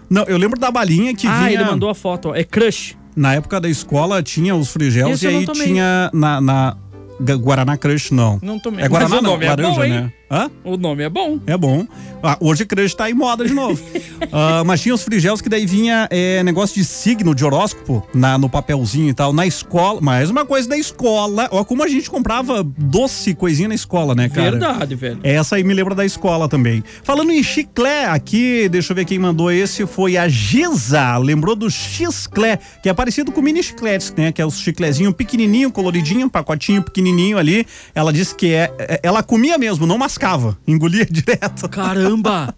Speaker 1: Não, eu lembro da balinha que
Speaker 2: ah,
Speaker 1: vinha.
Speaker 2: ele mandou a foto, ó. É crush.
Speaker 1: Na época da escola tinha os frigels e
Speaker 2: Esse eu não
Speaker 1: aí
Speaker 2: tomei.
Speaker 1: tinha na, na Ga- Guaraná Crush, não.
Speaker 2: Não tomei.
Speaker 1: É Guaraná
Speaker 2: Mas o
Speaker 1: não,
Speaker 2: nome é
Speaker 1: laranja,
Speaker 2: bom, hein?
Speaker 1: né? Hã?
Speaker 2: O nome é bom.
Speaker 1: É bom. Ah, hoje Crush tá em moda de novo. Ah, mas tinha os frigels que daí vinha é, negócio de signo, de horóscopo, na, no papelzinho e tal, na escola. Mais uma coisa da escola. Ó, como a gente comprava doce, coisinha na escola, né, cara?
Speaker 2: Verdade, velho.
Speaker 1: Essa aí me lembra da escola também. Falando em chiclé, aqui, deixa eu ver quem mandou esse, foi a Giza. Lembrou do Xclé, que é parecido com mini chicletes, né? Que é os chiclezinho pequenininho, coloridinho, um pacotinho pequenininho ali. Ela disse que é, é- ela comia mesmo, não mascava, engolia direto.
Speaker 2: Caramba!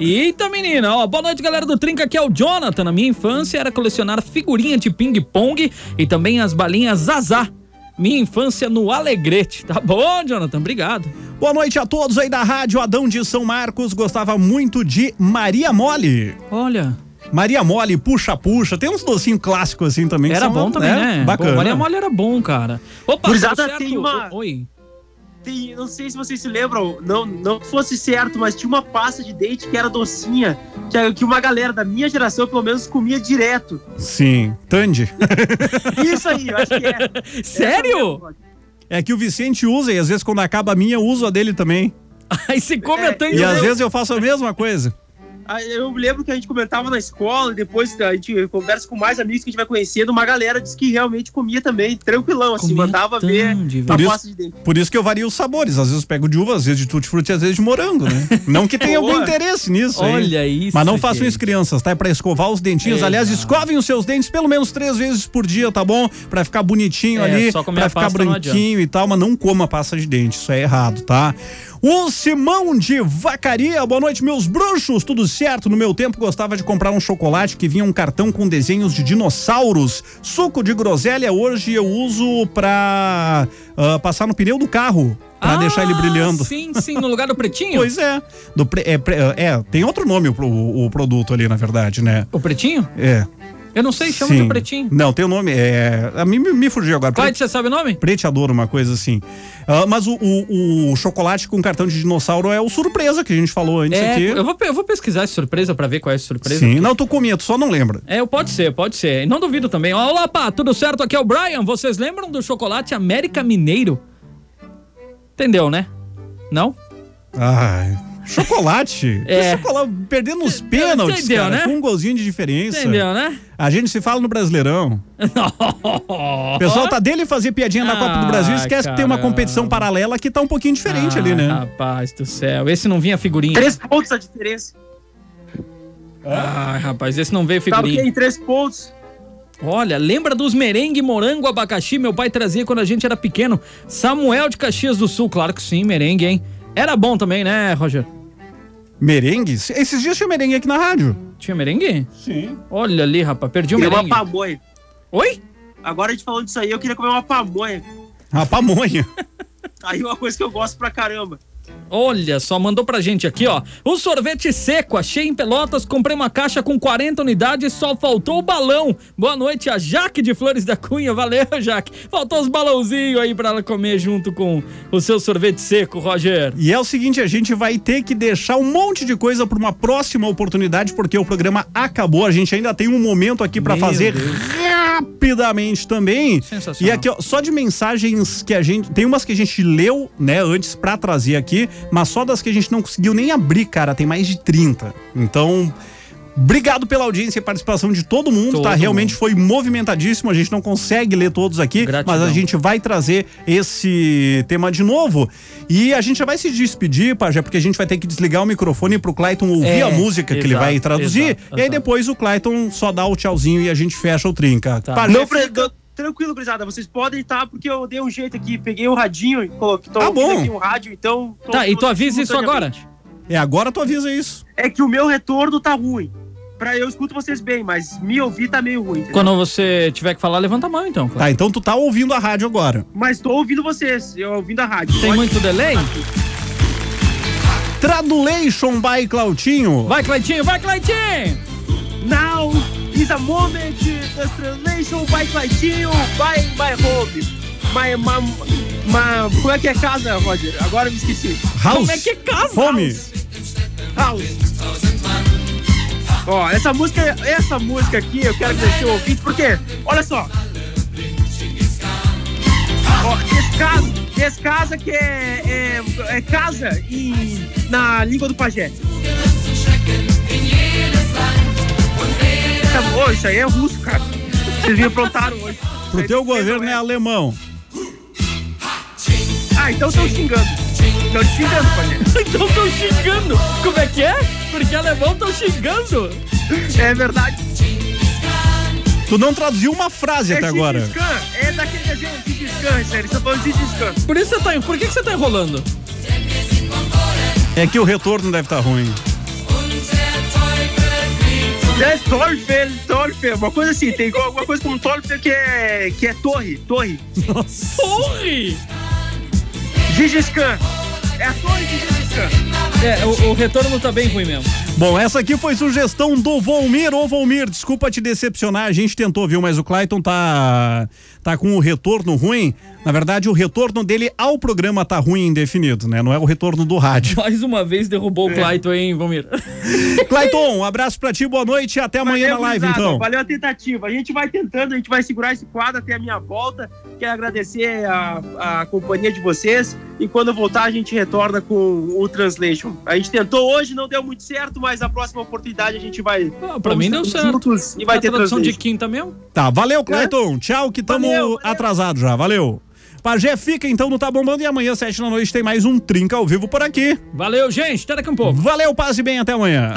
Speaker 2: Eita, menina! Ó, boa noite, galera do Trinca. Aqui é o Jonathan. Na minha infância era colecionar figurinha de ping-pong e também as balinhas Zazá. Minha infância no Alegrete. Tá bom, Jonathan? Obrigado.
Speaker 1: Boa noite a todos aí da rádio. Adão de São Marcos gostava muito de Maria Mole.
Speaker 2: Olha.
Speaker 1: Maria Mole, puxa, puxa. Tem uns docinhos clássicos assim também. que
Speaker 2: Era
Speaker 1: são,
Speaker 2: bom também, né?
Speaker 1: Bacana.
Speaker 2: Bom, Maria Mole era bom, cara. Opa,
Speaker 3: Gurizada,
Speaker 2: tudo certo?
Speaker 3: tem uma-
Speaker 2: O- Oi.
Speaker 3: Tem- não sei se vocês se lembram, não, não fosse certo, mas tinha uma pasta de dente que era docinha, que, a- que uma galera da minha geração, pelo menos, comia direto.
Speaker 1: Sim. Tandy.
Speaker 3: Isso aí, eu acho que é.
Speaker 2: Sério?
Speaker 1: É que o Vicente usa e às vezes quando acaba a minha, eu uso a dele também.
Speaker 2: Aí se comentando.
Speaker 1: é, E às vezes eu faço a mesma coisa.
Speaker 3: Ah, Eu lembro que a gente comentava na escola, e depois a gente conversa com mais amigos que a gente vai conhecendo, uma galera disse que realmente comia também, tranquilão, assim, mandava ver a
Speaker 1: Por
Speaker 3: pasta de
Speaker 1: isso,
Speaker 3: dente.
Speaker 1: por isso que eu vario os sabores. Às vezes eu pego de uva, às vezes de tutti-frutti, às vezes de morango, né? Não que tenha algum
Speaker 2: Boa.
Speaker 1: interesse nisso. hein?
Speaker 2: Olha isso,
Speaker 1: Mas não façam isso,
Speaker 2: gente.
Speaker 1: crianças, tá? É pra escovar os dentinhos.
Speaker 2: Exato.
Speaker 1: Aliás, escovem os seus dentes pelo menos três vezes por dia, tá bom? Pra ficar bonitinho
Speaker 2: É,
Speaker 1: ali,
Speaker 2: só comer
Speaker 1: pra
Speaker 2: a
Speaker 1: ficar
Speaker 2: pasta não
Speaker 1: branquinho e tal. Mas não coma pasta de dente, isso é errado, tá? O Simão de Vacaria, boa noite, meus bruxos, tudo certo? No meu tempo gostava de comprar um chocolate que vinha um cartão com desenhos de dinossauros. Suco de groselha hoje eu uso pra ah, passar no pneu do carro,
Speaker 2: Ah,
Speaker 1: pra deixar ele brilhando.
Speaker 2: Sim, sim, no lugar do pretinho?
Speaker 1: Pois é. Do pre- é, pre- é, tem outro nome o, pro- o produto ali, na verdade, né?
Speaker 2: O pretinho?
Speaker 1: É.
Speaker 2: Eu não sei, chama
Speaker 1: Sim.
Speaker 2: de pretinho.
Speaker 1: Não, tem o nome. É, a mim me, me fugiu agora.
Speaker 2: Clyde, você sabe o nome?
Speaker 1: Preteador, uma coisa assim. Ah, mas o, o- o chocolate com cartão de dinossauro é o surpresa que a gente falou antes
Speaker 2: É,
Speaker 1: aqui.
Speaker 2: eu, vou, pe- eu vou pesquisar essa surpresa pra ver qual é a surpresa.
Speaker 1: Sim, não, tu comia, tu só não lembra.
Speaker 2: É, pode ser, pode ser. E Não duvido também. Ó, Olá, pá, tudo certo? Aqui é o Brian. Vocês lembram do chocolate América Mineiro? Entendeu, né? Não?
Speaker 1: Ai. Chocolate?
Speaker 2: É.
Speaker 1: chocolate perdendo os pênaltis,
Speaker 2: Entendeu,
Speaker 1: cara,
Speaker 2: né?
Speaker 1: com um golzinho de diferença.
Speaker 2: Entendeu, né?
Speaker 1: A gente se fala no Brasileirão. O pessoal tá dele fazer piadinha na Copa do Brasil, esquece que tem uma
Speaker 2: Ah, caramba.
Speaker 1: competição paralela que tá um pouquinho diferente
Speaker 2: Ah,
Speaker 1: ali, né?
Speaker 2: Rapaz do céu, esse não vinha figurinha.
Speaker 3: Três pontos a diferença.
Speaker 2: Ai, Ah, rapaz, esse não veio
Speaker 3: Tava aqui
Speaker 2: figurinha.
Speaker 3: é em três pontos.
Speaker 2: Olha, lembra dos merengue, morango, abacaxi? Meu pai trazia quando a gente era pequeno. Samuel de Caxias do Sul, claro que sim, merengue, hein? Era bom também, né, Roger?
Speaker 1: Merengue? Esses dias tinha merengue aqui na rádio.
Speaker 2: Tinha merengue?
Speaker 1: Sim.
Speaker 2: Olha ali, rapaz, perdi o
Speaker 3: Queria uma
Speaker 2: merengue.
Speaker 3: pamonha.
Speaker 2: Oi?
Speaker 3: Agora a gente falou disso aí, eu queria comer uma pamonha.
Speaker 1: A Ah, pamonha.
Speaker 3: Aí uma coisa que eu gosto pra caramba.
Speaker 2: Olha só, mandou pra gente aqui, ó. Um sorvete seco, achei em Pelotas, comprei uma caixa com 40 unidades, só faltou o balão. Boa noite a Jaque de Flores da Cunha, valeu, Jaque. Faltou os balãozinhos aí pra ela comer junto com o seu sorvete seco, Roger.
Speaker 1: E é o seguinte, a gente vai ter que deixar um monte de coisa para uma próxima oportunidade, porque o programa acabou. A gente ainda tem um momento aqui para
Speaker 2: Meu
Speaker 1: fazer
Speaker 2: Deus.
Speaker 1: rapidamente também.
Speaker 2: Sensacional.
Speaker 1: E aqui, ó, só de mensagens que a gente. Tem umas que a gente leu, né, antes para trazer aqui, mas só das que a gente não conseguiu nem abrir, cara. Tem mais de 30. Então. Obrigado pela audiência e participação de todo mundo,
Speaker 2: Todo
Speaker 1: tá? Realmente
Speaker 2: mundo.
Speaker 1: foi movimentadíssimo, a gente não consegue ler todos aqui, mas a
Speaker 2: Gratidão.
Speaker 1: gente gente vai trazer esse tema de novo. E a gente já vai se despedir, Pajé, porque a gente vai ter que desligar o microfone pro Clayton ouvir
Speaker 2: É,
Speaker 1: a música que ele
Speaker 2: exato,
Speaker 1: vai traduzir.
Speaker 2: exato,
Speaker 1: E aí
Speaker 2: exato.
Speaker 1: depois o Clayton só dá o tchauzinho e a gente fecha o trinca. Pajé,
Speaker 3: Não, pre- não, tranquilo, gurizada. Vocês podem estar, porque eu dei um jeito aqui. Peguei o radinho e coloquei. Tô
Speaker 1: Ah,
Speaker 3: ouvindo
Speaker 1: bom.
Speaker 3: aqui o rádio, então. tô-
Speaker 2: Tá, e
Speaker 3: tô-
Speaker 2: tu avisa isso agora?
Speaker 1: é agora tu avisa isso.
Speaker 3: É que o meu retorno tá ruim. Pra eu escuto vocês bem, mas me ouvir tá meio ruim. entendeu?
Speaker 2: Quando você tiver que falar, levanta a mão então.
Speaker 1: Tá, então tu tá ouvindo a rádio agora.
Speaker 3: Mas tô ouvindo vocês, eu ouvindo a rádio.
Speaker 2: Tem muito delay?
Speaker 1: Tradulation by Clautinho.
Speaker 2: Vai, Cleitinho, vai, Cleitinho!
Speaker 3: Now is a moment the translation by Claitinho, by my home. My, my, my- Como é que é casa, Roger? Agora eu me esqueci.
Speaker 1: House.
Speaker 3: Como é que é casa?
Speaker 1: Home.
Speaker 3: House. Ó, essa música, essa música aqui eu quero que você ouvinte, porque, olha só. Ó, descasa, descasa que é, é, é casa em, na língua do pajé. Tá bom, isso aí é russo, cara. Vocês me aprontaram hoje.
Speaker 1: Pro teu governo é alemão.
Speaker 3: Ah, então estão xingando. Estão te xingando, pajé.
Speaker 2: Então tão xingando! Como é que é? Porque alemão tão xingando!
Speaker 3: É verdade.
Speaker 1: Tu não traduziu uma frase até
Speaker 3: é
Speaker 1: agora.
Speaker 3: Scan, é daquele desenho de Scan, isso aí, eles estão falando de Scan.
Speaker 2: Por isso você tá. Por que, que você tá enrolando?
Speaker 1: É que o retorno deve estar ruim.
Speaker 3: É Torfer, Torfer. Uma coisa assim, tem alguma coisa com Torfer que é, que é torre, torre.
Speaker 2: Nossa. Torre?
Speaker 3: Gengis Khan. É a torre de Gengis Khan.
Speaker 2: É, o, o retorno tá bem ruim mesmo.
Speaker 1: Bom, essa aqui foi sugestão do Volmir. Ô, Volmir, desculpa te decepcionar. A gente tentou, viu? Mas o Clayton tá, tá com o retorno ruim. Na verdade, o retorno dele ao programa tá ruim indefinido, né? Não é o retorno do rádio.
Speaker 2: Mais uma vez derrubou o Clayton, hein, Vomir?
Speaker 1: Clayton, um abraço pra ti, boa noite e até amanhã na live,
Speaker 3: gurizada.
Speaker 1: então.
Speaker 3: Valeu a tentativa. A gente vai tentando, a gente vai segurar esse quadro até a minha volta. Quero agradecer a, a companhia de vocês. E quando eu voltar, a gente retorna com o Translation. A gente tentou hoje, não deu muito certo, mas na próxima oportunidade a gente vai.
Speaker 2: Ah, Pra mim deu
Speaker 3: Vamos
Speaker 2: certo.
Speaker 3: juntos E vai
Speaker 2: a
Speaker 3: ter
Speaker 2: tradução
Speaker 3: Translation.
Speaker 2: de quinta mesmo?
Speaker 1: Tá, valeu, Clayton. Tchau, que tamo
Speaker 2: Valeu, valeu.
Speaker 1: atrasado já. Valeu. Pajé fica então no Tá Bombando e amanhã, sete da noite, tem mais um Trinca ao vivo por aqui.
Speaker 2: Valeu, gente. Até daqui um pouco.
Speaker 1: Valeu, passe bem, até amanhã.